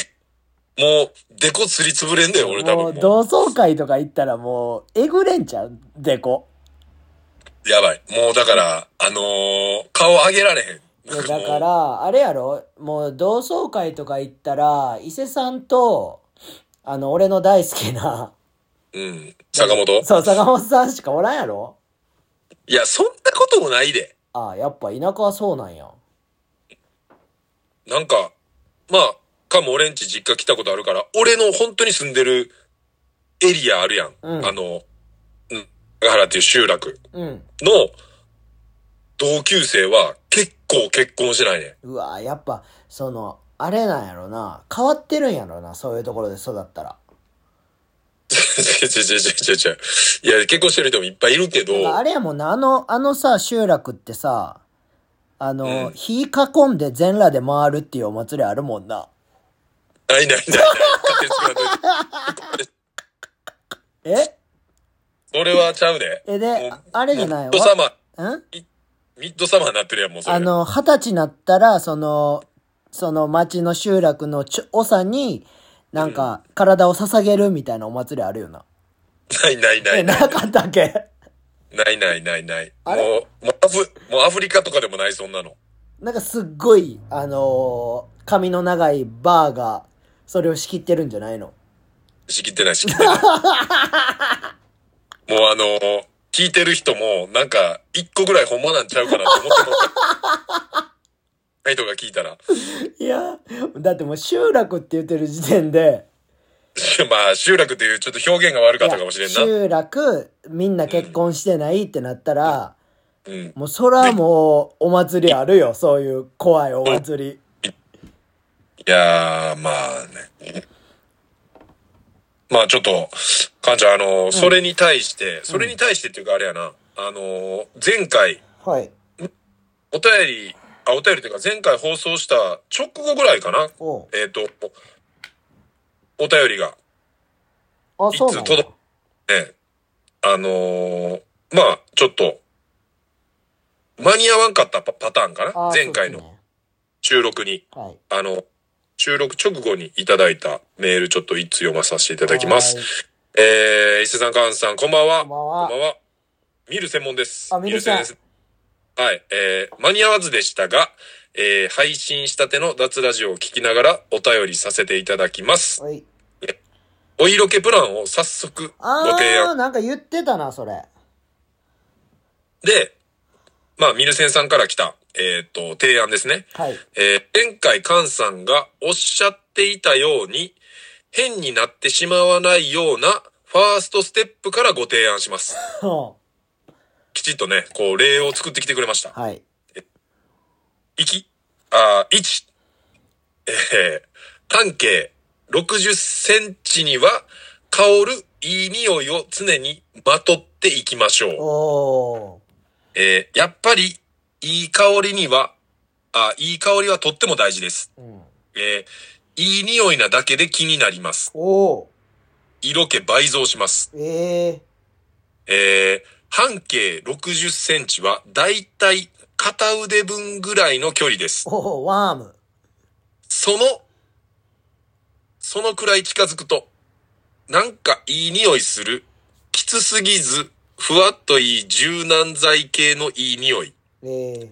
もう、でこすりつぶれんだよ、う俺多もう分も同窓会とか行ったらもうえぐれんちゃうでこう。やばい。もうだから、あのー顔上げられへん。いやだかもら、あれやろもう同窓会とか行ったら、伊勢さんと、あの、俺の大好きな、う、うん。坂本そう、坂本さんしかおらんやろいや、そんなこともないで。ああ、やっぱ田舎はそうなんや。なんか、まあ、かも俺んち実家来たことあるから、俺の本当に住んでるエリアあるやん。うんあの、うん。長原っていう集落うん。の同級生は結構結婚してないね。 うわやっぱ、その、あれなんやろな。変わってるんやろな。そういうところで育ったら。ちょちょちょちょちょ。いや、結婚してる人もいっぱいいるけど。なんかあれやもんな。あの、あのさ、集落ってさ、あの、火囲んで全裸で回るっていうお祭りあるもんな。ないないないない。勝手に作らんといてえ それはちゃうで。え、でもう、あれじゃないミッドサマー、わんミッドサマーになってるやん、もうそれ。あの、二十歳になったら、その、その町の集落のちょ長に、なんか、体を捧げるみたいなお祭りあるよな。ないないなえ、いな。ないかったっけないないないない。もあれう、もうアフ、もうアフリカとかでもない、そんなの。なんかすっごい、あのー髪の長いバーが、それを仕切ってるんじゃないの仕切ってない、仕切ってない。もうあの聞いてる人も、なんか、一個ぐらいほんまなんちゃうかなと思ってもらった。人が聞いたら。 いや、だってもう集落って言ってる時点で、まあ、集落っていうちょっと表現が悪かったかもしれんな。集落、みんな結婚してないってなったら、うん。もうそらもうお祭りあるよ、そういう怖いお祭り。いやー、まあね。まあちょっと、かんちゃん、あの、それに対して、それに対してっていうかあれやな、あの、前回、はい。お便り、あ、お便りっていうか前回放送した直後ぐらいかな、おうえっ、と、お便りが、あ、いそうなつん届く、ね、あのーまあちょっと、間に合わんかったパパターンかな前回。あそのう収録に。ですねはい。あの、収録直後にいただいたメールちょっと一通読まさせていただきます。えー、伊勢さん、カンさん、こんばんは。こんばんはこんばんは。見る専門です。あ見る専門専です。はい、えー、間に合わずでしたが、えー、配信したての脱ラジオを聞きながらお便りさせていただきます。はい。はい。お色気プランを早速ご提あー、案。なんか言ってたな、それ。で、まあ、ミルセンさんから来た、えっ、と、提案ですね。はい。えー前回菅さんがおっしゃっていたように、変になってしまわないようなファーストステップからご提案します。 そきちっとね、こう、例を作ってきてくれましたう。。はい。いき、あー、1、えー半径60センチには香るいい匂いを常にまとっていきましょう。おー。えーやっぱり、いい香りには、あ、いい香りはとっても大事です。うん、えーいい匂いなだけで気になります。おー。色気倍増します。えええー、半径60センチはだいたい片腕分ぐらいの距離です。おー、ワーム。その、そのくらい近づくと、なんかいい匂いする、きつすぎず、ふわっといい柔軟剤系のいい匂い。ええ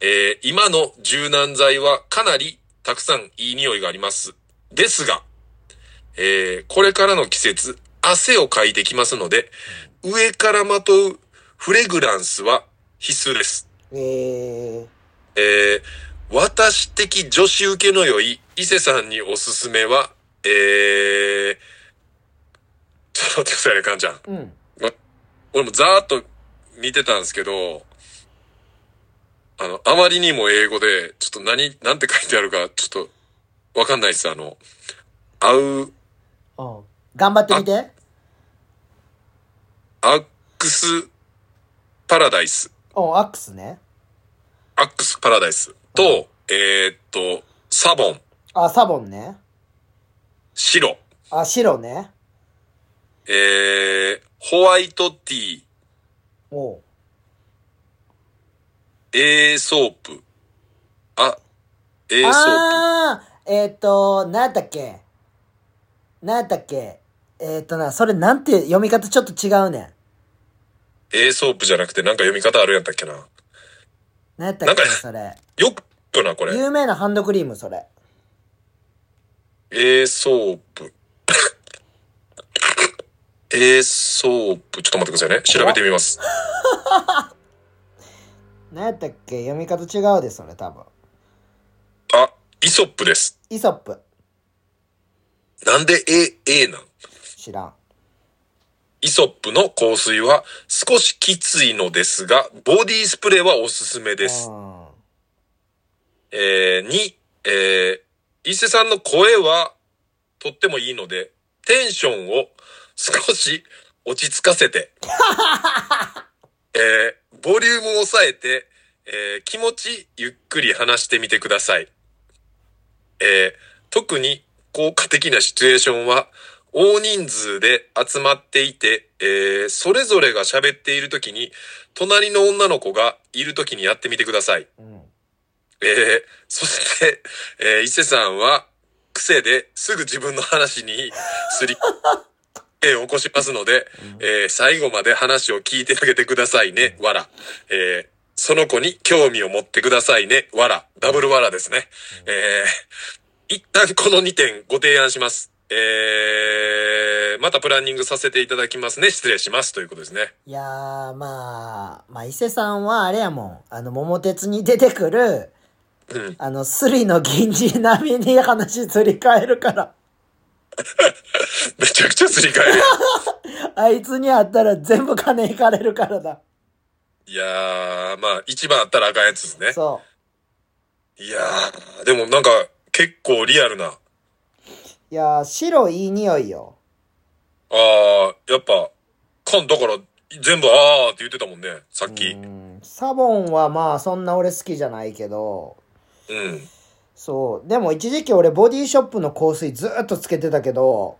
えー今の柔軟剤はかなりたくさんいい匂いがあります。ですが、えーこれからの季節、汗をかいてきますので、上からまとうフレグランスは必須です。えええー私的女子受けの良い伊勢さんにおすすめは、えー、ちょっと待ってくださいね、かんちゃん。うん。俺もざーっと見てたんですけど、あの、あまりにも英語で、ちょっと何、なんて書いてあるか、ちょっと、わかんないです。あの、アウ、うん頑張ってみて。アックス、パラダイス。おアックスね。アックスパラダイスと、えーっと、サボン、あ、サボンね。白、あ、白ね。えー、ホワイトティおうー、A ソープ、あ、A ソーあー、えっ、と、なんやったっけなんやったっけえっ、とな、それなんて読み方ちょっと違うねん。プ、A ソープじゃなくてなんか読み方あるやったっけな。なんやったっけなんかそれ。よっよな、これ。有名なハンドクリーム、それ。エーソープ。エーソープ。ちょっと待ってくださいね。調べてみます。なんやったっけ読み方違うで、それ多分。あ、イソップです。イソップ。なんで A、A なん知らん。イソップの香水は少しきついのですが、ボディスプレーはおすすめです。うん。えー、2、えー、伊勢さんの声はとってもいいので、テンションを少し落ち着かせて、えー、ボリュームを抑えて、えー気持ちゆっくり話してみてください。えー特に効果的なシチュエーションは、大人数で集まっていて、えーそれぞれが喋っている時に、隣の女の子がいる時にやってみてください。うん。えーそして、えー伊勢さんは、癖ですぐ自分の話にすり、えー起こしますので、えー最後まで話を聞いてあげてくださいね、わら。えーその子に興味を持ってくださいね、わら。ダブルわらですね。えー一旦この2点ご提案します。えーまたプランニングさせていただきますね。失礼します。ということですね。いやー、まあ、まあ、伊勢さんはあれやもん。あの、桃鉄に出てくる、うん。あの、スリの銀次並みに話すり替えるから。めちゃくちゃすり替える。あいつに会ったら全部金いかれるからだ。いやー、まあ、一番あったらあかんやつですね。そいやー、でもなんか結構リアルな。あう。いやー、白いい匂いよ。ー、やっぱ、缶だから全部あーって言ってたもんね、さっき。ううん。んサボンはまあ、そんな俺好きじゃないけど、そう。でも一時期俺ボディショップの香水ずーっとつけてたけど、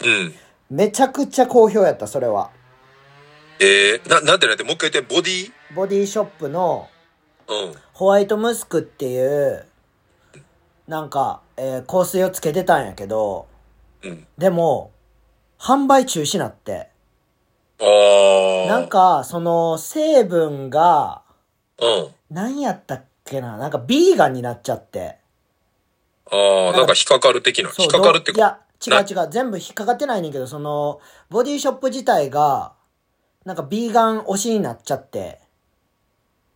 うん。めちゃくちゃ好評やった、それは。えー、な、なんてなんて、もう一回言って、ボディボディショップのうん。ホワイトムスクっていう、なんか、えー香水をつけてたんやけど、うん。でも、販売中止なって。あー。なん、か、その、成分が、うん。何やったっけななんか、ビーガンになっちゃって。あー、なんか引っかかる的な。そう引っかかるってどういか。や、違う違う。全部引っかかってないねんけど、その、ボディショップ自体が、なんか、ビーガン推しになっちゃって。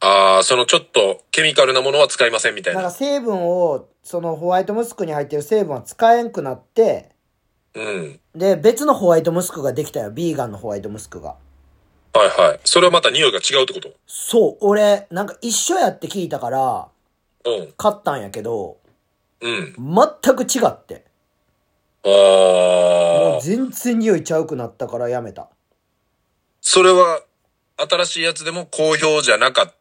あー、そのちょっとケミカルなものは使いませんみたいなんか、な。成分を、その、ホワイトムスクに入ってる成分は使えんくなって、うん。で、別のホワイトムスクができたよ。ビーガンのホワイトムスクが。はいはい。それはまた匂いが違うってことそう、俺、なんか一緒やって聞いたから、うん。買ったんやけど、うん。全く違って。あもうー。全然匂いちゃうくなったからやめた。それは、新しいやつでも好評じゃなかった。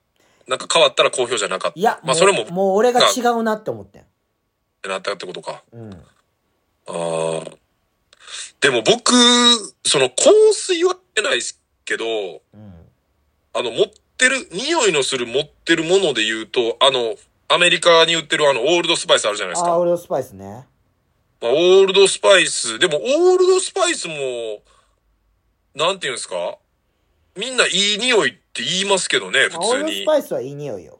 なんか変わったら好評じゃなかった。いや、まあそれも、っもう俺が違うなって思ってん。てなったってことか。うん。あーでも僕、その香水はってないですけど、うん。あの持ってる、匂いのする持ってるもので言うと、あの、アメリカに売ってるあの、オールドスパイスあるじゃないですあー、か。オールドスパイスね。まあ、オールドスパイス、でもオールドスパイスも、なんていうんですかみんないい匂いって言いますけどね、あオー普通ルドスに。パイスはいい匂いよ。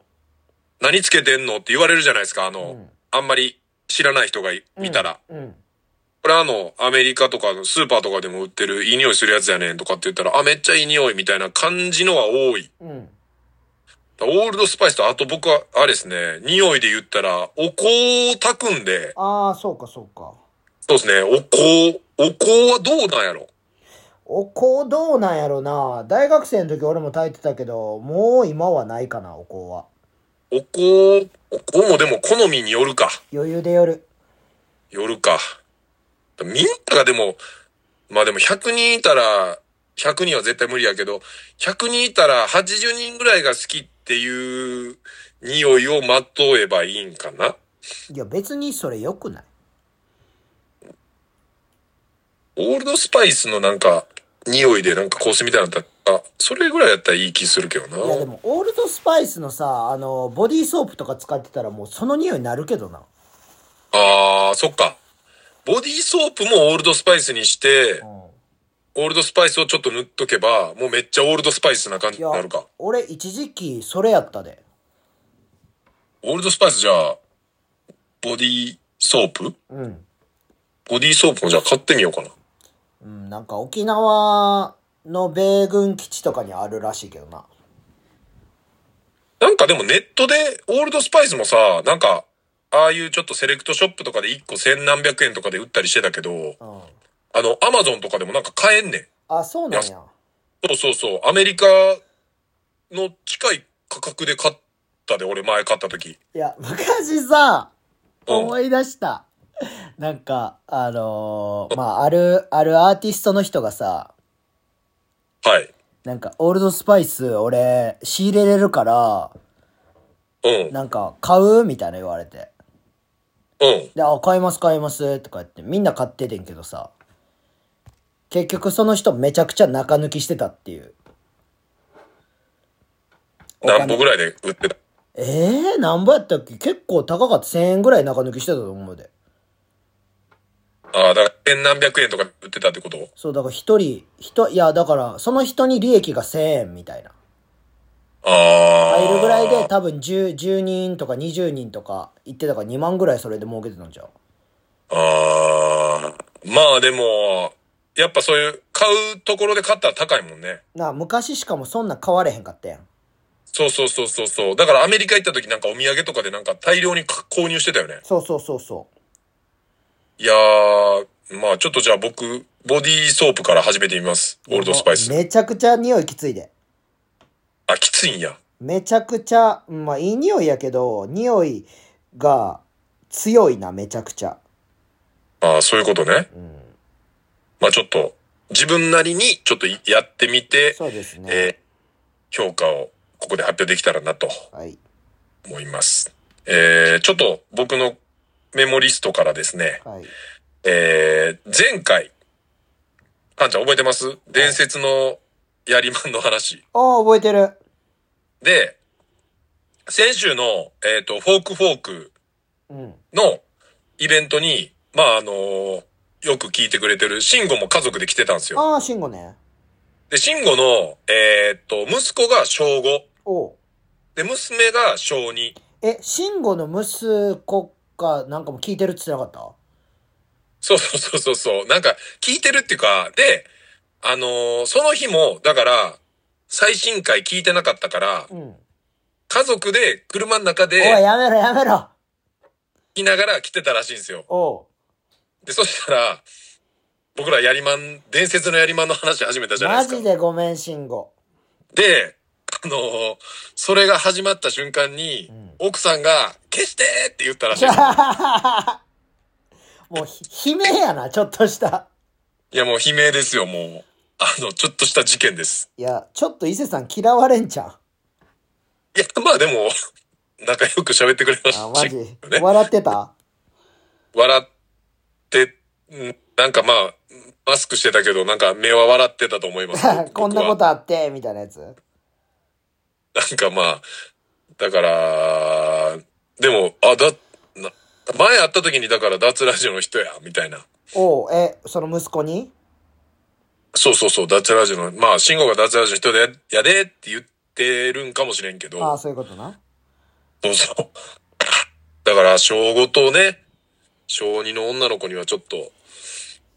何つけてんのって言われるじゃないですか、あうの、ん。あんまり知らない人がい見たら。うん。これあの、アメリカとかのスーパーとかでも売ってるいい匂いするやつやねんとかって言ったら、あ、めっちゃいい匂いみたいな感じのは多い。うん。オールドスパイスと、あと僕は、あれですね、匂いで言ったら、お香を炊くんで、ああ、そうかそうか。そうですね、お香、お香はどうなんやろお香どうなんやろな。大学生の時俺も炊いてたけど、もう今はないかな、お香は。お香、お香もでも好みによるか。余裕でよる。よるか。みんながでも、まあでも100人いたら、100人は絶対無理やけど、100人いたら80人ぐらいが好きっていう匂いをまとえばいいんかないや、別にそれ良くない。オールドスパイスのなんか、匂いでなんか香水みたいなのだったら、あ、それぐらいやったらいい気するけどいやでな。もオールドスパイスのさあのボディーソープとか使ってたらもうその匂いになるけどなあー、そっか。ボディーソープもオールドスパイスにしてう、んオールドスパイスをちょっと塗っとけば、もうめっちゃオールドスパイスな感じいにやなるか。俺一時期それやったでオールドスパイスじゃあ、ボディーソープうん、ボディーソープもじゃあ買ってみようかな。うん、なんか沖縄の米軍基地とかにあるらしいけどななんかでもネットでオールドスパイスもさ、なんか、ああいうちょっとセレクトショップとかで1個千何百円とかで売ったりしてたけど、うんあの、アマゾンとかでもなんか買えんねん。あそうなんやそうそうそう。アメリカの近い価格で買ったで、俺前買った時。いや昔さうん思い出したなんかあのーまああるあるアーティストの人がさはい。なんかオールドスパイス俺仕入れれるからうん。なんか買うみたいな言われてうん。で、あ、買います買いますとか言って、みんな買っててんけどさ、結局その人めちゃくちゃ中抜きしてたっていう。お金何歩ぐらいで売ってたええー、なんぼやったっけ結構高かった。1000円ぐらい中抜きしてたと思うで。ああ、だから千何百円とかで売ってたってことそう、だから一人、人、いや、だから、その人に利益が1000円みたいな。ああ。入るぐらいで、多分10、10人とか20人とか行ってたから2万ぐらいそれで儲けてたんじゃうああ。まあでも、やっぱそういう、買うところで買ったら高いもんね。なあ昔しかもそんな買われへんかったやん。そうそうそうそうそう。だからアメリカ行った時なんかお土産とかでなんか大量にか購入してたよね。そうそうそうそいやー、まあちょっとじゃあ僕、ボディーソープから始めてみます。う。オールドスパイス。めちゃくちゃ匂いきついで。あ、きついんや。めちゃくちゃ、まあいい匂いやけど、匂いが強いな、めちゃくちゃ。ああ、そういうことね。うん。まあちょっと、自分なりにちょっとやってみて、そうですね。えー評価をここで発表できたらなとはい。思います。えーちょっと僕のメモリストからですね、はい。えー前回、かんちゃん覚えてます伝説のやりまんの話。ああ、覚えてる。で、先週の、えっ、と、フォークフォークうん。のイベントに、まあ、あのーよく聞いてくれてる、シンゴも家族で来てたんですよ。ああ、慎吾ね。で、シンゴの、えっと、息子が小5、おう。で、娘が小2。え、慎吾の息子かなんかも聞いてるって言ってなかっそうそうそうそうそう。なんか、聞いてるっていうか、で、あのーその日も、だから、最新回聞いてなかったからた、うん。家族で車の中でおい、やめろやめろ聞きながら来てたらしいんですよ。おう。で、そしたら、僕らやりまん、伝説のやりまんの話始めたじゃないでマすか。ジでごめん、慎吾。で、あのーそれが始まった瞬間に、うん奥さんが、消してーって言ったらしい。 もうひ、悲鳴やな、ちょっとした。いや、もう悲鳴ですよ、もう。あの、ちょっとした事件です。いや、ちょっと伊勢さん嫌われんちゃういや、まあでも、 仲良く喋ってくれましあ、たマけどジ。 ね。笑ってた。笑って、んなんかまあ、マスクしてたけど、なんか目は笑ってたと思います こんなことあ って、みたいなやつ。なんかまあ、だから、でも、あ、だ、な前会った時にだから脱ラジオの人や、みたいな。おう、え、その息子にそうそうそう、脱ラジオの、まあ、慎吾が脱ラジオの人で、やでって言ってるんかもしれんけああ、ど、そういうことな。そうそう。 だから、小5とね、小2の女の子にはちょっと、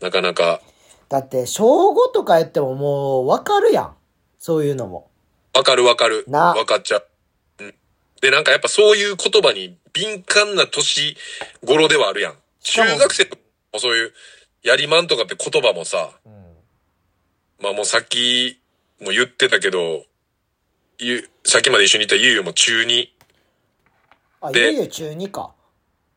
なかなか、だって、小5とか言ってももう、わかるやん。そういうのも。わかるわかる。なわかっちゃう。うんで、なんかやっぱそういう言葉に敏感な年頃ではあるやん。しか中も学生もそういう、やりまんとかって言葉もさ、うん。まあもうさっきも言ってたけど、ゆ、さっきまで一緒にいたゆうゆうも中2、あ、でゆうゆう中2か。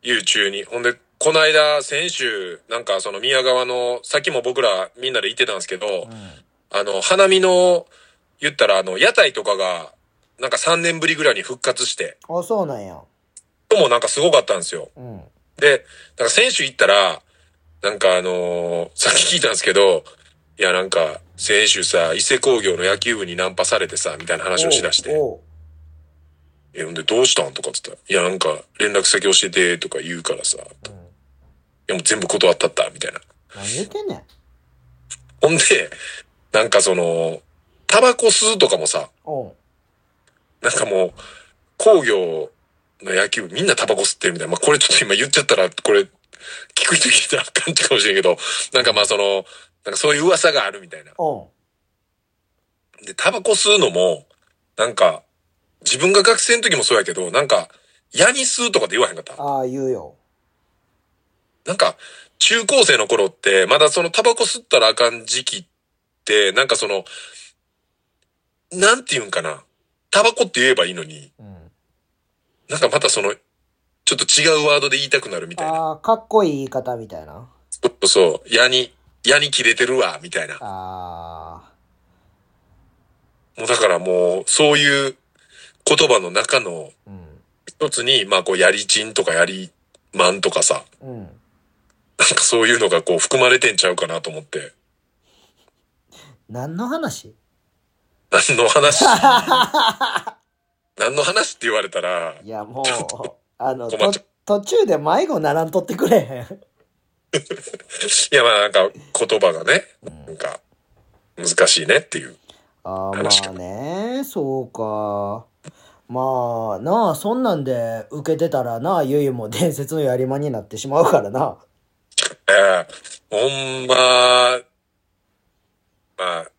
ゆう中2。ほんで、この間、先週、なんかその宮川の、さっきも僕らみんなで行ってたんですけど、うん。あの、花見の、言ったらあの、屋台とかが、なんか3年ぶりぐらいに復活して、あ、そうなんや。ともなんかすごかったんですよ。うん。で、なんか選手行ったら、なんかあのーさっき聞いたんですけど、いやなんか、選手さ、伊勢工業の野球部にナンパされてさ、みたいな話をしだして、おうえ、ほんでどうしたんとかって言ったら、いやなんか連絡先教えてとか言うからさ、いおううん。やもう全部断ったった、みたいな。何言ってんねん。ほんで、なんかその、タバコ吸うとかもさ、おうなんかもう、工業の野球部みんなタバコ吸ってるみたいな。まあ、これちょっと今言っちゃったら、これ、聞く人聞いたらあかんちかもしれんけど、なんかまあその、なんかそういう噂があるみたいな。おうで、タバコ吸うのも、なんか、自分が学生の時もそうやけど、なんか、矢に吸うとかって言わへんかった。ああ、言うよ。なんか、中高生の頃って、まだそのタバコ吸ったらあかん時期って、なんかその、なんて言うんかな。タバコって言えばいいのに、うん。なんかまたその、ちょっと違うワードで言いたくなるみたいな。ああ、かっこいい言い方みたいな。そうそう、矢に、矢に切れてるわ、みたいな。あもうだからもう、そういう言葉の中のあ、うん。一つに、まあこう、やりちんとかやりまんとかさ、うん。なんかそういうのがこう、含まれてんちゃうかなと思って。何の話何の話何の話って言われたら、いや、 もう、あの、困とっちゃう途中で迷子ならんとってくれへん。いや、まあなんか言葉がね、なんか難しいねっていう。ああ、ま話かあね、そうか。まあなあ、そんなんで受けてたらなあ、ゆゆも伝説のやりまになってしまうからな。ええほんま、まあ、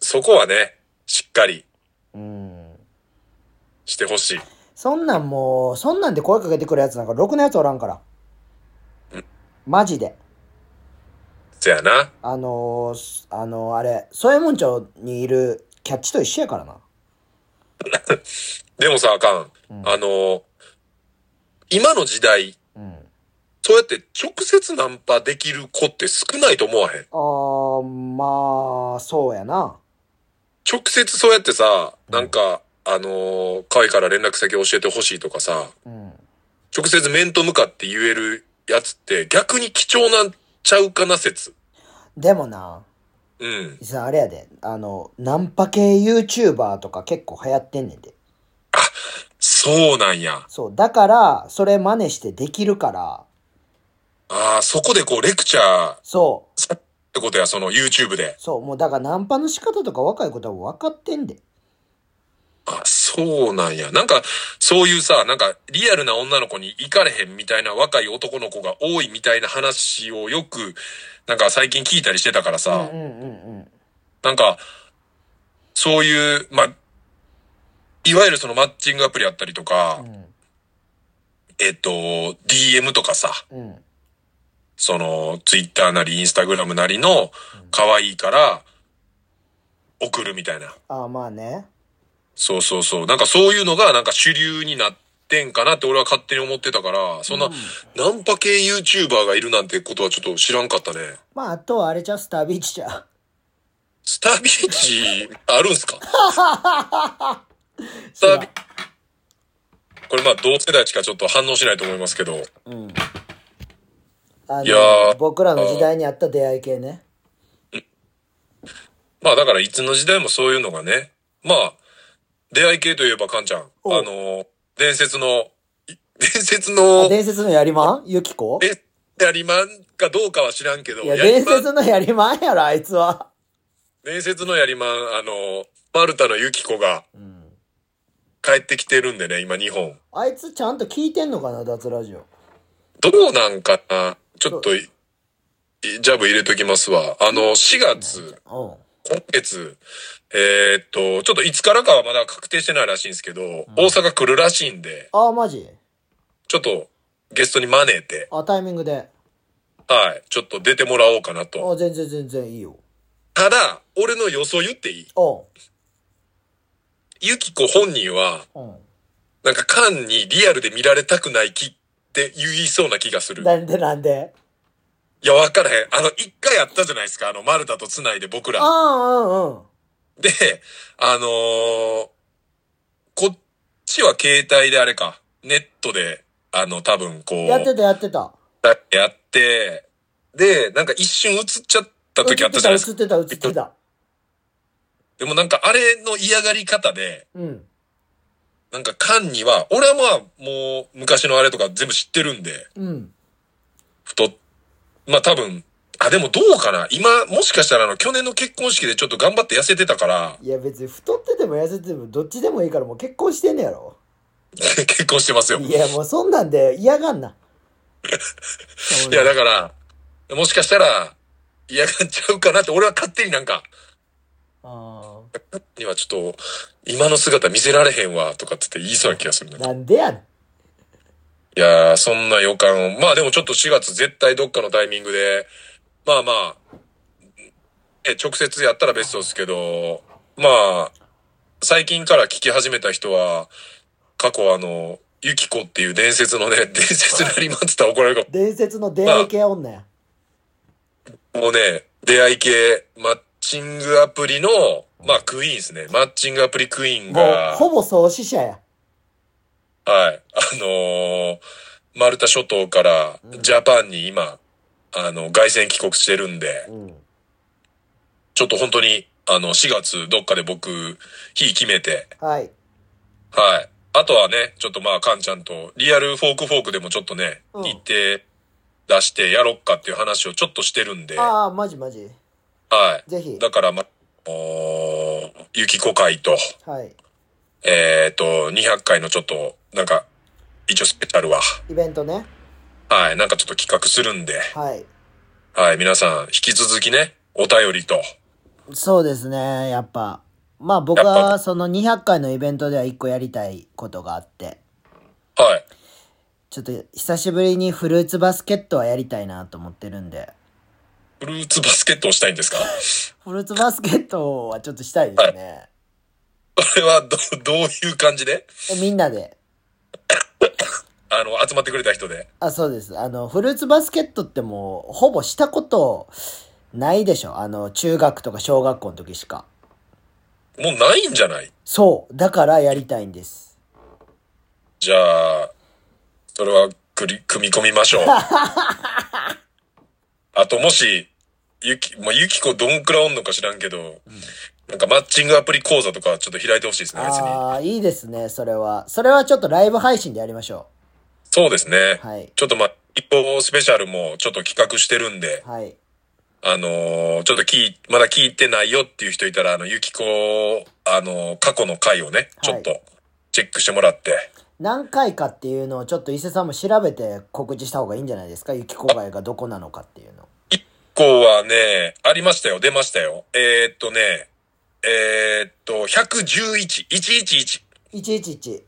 そこはね、しっかりうん。してほしい。そんなんもう、そんなんで声かけてくるやつなんか、ろくなやつおらんから。マジで。せやな。あのーすあのーあれ、添右衛門町にいるキャッチと一緒やからな。でもさ、あかん。うんあの、今の時代、うん。そうやって直接ナンパできる子って少ないと思わへん。あー、まあ、そうやな。直接そうやってさ、なんか、あのー、会から連絡先教えてほしいとかさ、うん。直接面と向かって言えるやつって逆に貴重なんちゃうかな説。でもな、うん。実はあれやで、あの、ナンパ系 YouTuber とか結構流行ってんねんで。そうなんや。そう。だから、それ真似してできるから、ああ、そこでこうレクチャーっそう。てことや、その YouTube で。そう。もうだからナンパの仕方とか若い子多分分かってんで。あ、そうなんや。なんか、そういうさ、なんか、リアルな女の子に行かれへんみたいな若い男の子が多いみたいな話をよく、なんか最近聞いたりしてたからうんうさ、んうんうん。なんか、そういう、まあ、いわゆるそのマッチングアプリあったりとか、えっと、DM とかさ、うん。うん。その、Twitter なり Instagram なりの、可愛いから、送るみたいな。ああ、まあね。そうそうそう。なんかそういうのがなんか主流になってんかなって俺は勝手に思ってたから、そんな、ナンパ系 YouTuber がいるなんてことはちょっと知らんかったね。まあ、あとはあれちゃう、スタービーチちゃう。スタービーチ、あるんす かスタービーこれまあ同世代しかちょっと反応しないと思いますけど、あいやーの、僕らの時代にあった出会い系ね。まあだからいつの時代もそういうのがね、まあ、出会い系といえばカンちゃん、あおの、伝説の、 い伝説あの、伝説のやりまんゆきこえ、やりまんかどうかは知らんけど、いや、や伝りまん説のやりまんやろ、あいつは。伝説のやりまん、あの、マルタのユキコがうん。帰ってきてるんでね、今日本。あいつちゃんと聞いてんのかな、脱ラジオ。どうなんかなちょっとい、いジャブ入れときますわ。あの、4月、うん。今月、えーっと、ちょっといつからかはまだ確定してないらしいんですけど、大阪来るらしいんで、ああ、マジちょっとゲストに招いて、あ、タイミングで。はい、ちょっと出てもらおうかなと。あ、全然全然いいよ。ただ、俺の予想言っていいうん。ユキコ本人は、うなんかカンにリアルで見られたくない気って言いそうな気がするん。。なんでなんでいや、わからへん。あの、一回やったじゃないですか。あの、マルタとつないで僕あら。あ、うんうん。で、あのーこっちは携帯であれか、ネットで、あの、多分こう、やってたやってた。やってで、なんか一瞬映っちゃった時あったじゃないで映すか。ってた映ってた。でもなんかあれの嫌がり方で、うん。なんかカンには、俺はまあ、もう昔のあれとか全部知ってるんで、うん。太っ、まあ多分、あ、でもどうかな今、もしかしたらあの、去年の結婚式でちょっと頑張って痩せてたから、 いや、別に太ってても痩せててもどっちでもいいからもう結婚してんねやろ。結婚してますよ。いや、もうそんなんで嫌がんな。い や、だから、もしかしたら、嫌がっちゃうかなって、俺は勝手になんか、あにはちょっと、今の姿見せられへんわ、とかって言って言いそうな気がするーな。なんでやねいやー、そんな予感を。まあでもちょっと4月絶対どっかのタイミングで、まあまあ、え、直接やったらベストですけど、まあ、最近から聞き始めた人は、過去あの、ユキコっていう伝説のね、伝説なりまってたら怒られるかもん。伝説の出会い系女や。もうね、出会い系、マッチングアプリの、まあ、クイーンですね。マッチングアプリクイーもンう、が、はい。ほぼ創始者や。あのーマルタ諸島からジャパンに今、あの、凱旋帰国してるんでう、ん。ちょっと本当に、あの、4月どっかで僕、日決めて、はい。はい。あとはね、ちょっとまあ、カンちゃんと、リアルフォークフォークでもちょっとね、うん日程出してやろっかっていう話をちょっとしてるんで、はああ、マジマジ。い。ぜひ。だからま、おーゆきこ会と、はい。えっ、と、200回のちょっと、なんか、一応スペシャルは、イベントね。はい、なんかちょっと企画するんで、はい。はい、皆さん、引き続きね、お便りと、そうですね、やっぱ。まあ僕やっはぱその200回のイベントでは一個やりたいことがあって、はい。ちょっと久しぶりにフルーツバスケットはやりたいなと思ってるんで、フルーツバスケットをしたいんですか フルーツバスケットはちょっとしたいですね。それはど、どういう感じでえみんなで。あの、集まってくれた人で。あ、そうです。あの、フルーツバスケットってもう、ほぼしたことないでしょ。あの、中学とか小学校の時しか。もうないんじゃないそう。だからやりたいんです。じゃあ、それはくり、組み込みましょう。あと、もし、ゆき、まあ、ゆきこどんくらいおんのか知らんけど、なんかマッチングアプリ講座とかちょっと開いてほしいですね、別に。ああ、いいですね、それは。それはちょっとライブ配信でやりましょそうですね。う。はい。ちょっとまあ、一方スペシャルもちょっと企画してるんで、はい。あのーちょっと聞い、まだ聞いてないよっていう人いたら、あの、ゆきこ、あのー過去の回をね、ちょっとチェックしてもらって、何回かっていうのをちょっと伊勢さんも調べて告知した方がいいんじゃないですか雪子街がどこなのかっていうの。一個はね、ありましたよ、出ましたよ。えー、っとね、えー、っと、111、111。 111。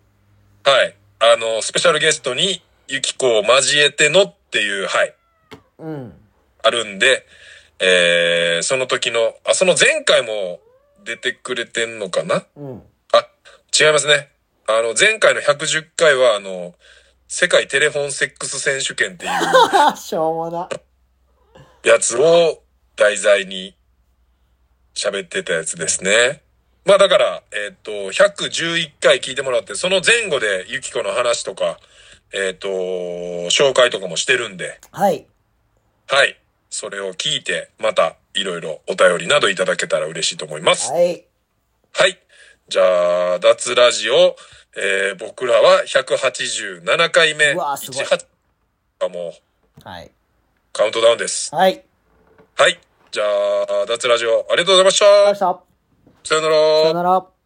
はい。あのースペシャルゲストに、ゆきこを交えてのっていう、はい、うん。あるんで、えー、その時の、あ、その前回も出てくれてんのかなうん。あ、違いますね。あの、前回の110回は、あの、世界テレフォンセックス選手権っていうあしょうもな。やつを題材に喋ってたやつですね。まあだから、えっ、と、111回聞いてもらって、その前後でユキコの話とか、えっ、と、紹介とかもしてるんで、はい。はい。それを聞いて、またいろいろお便りなどいただけたら嬉しいと思います。はい。はい。じゃあ、脱ラジオ、えー、僕らは187回目。うわーすごい18あ、もう、はい。カウントダウンです。はい。ありはい。じゃあ、脱ラジオ、ありがとうございましがとうございまた。した。さよなら。さよなら。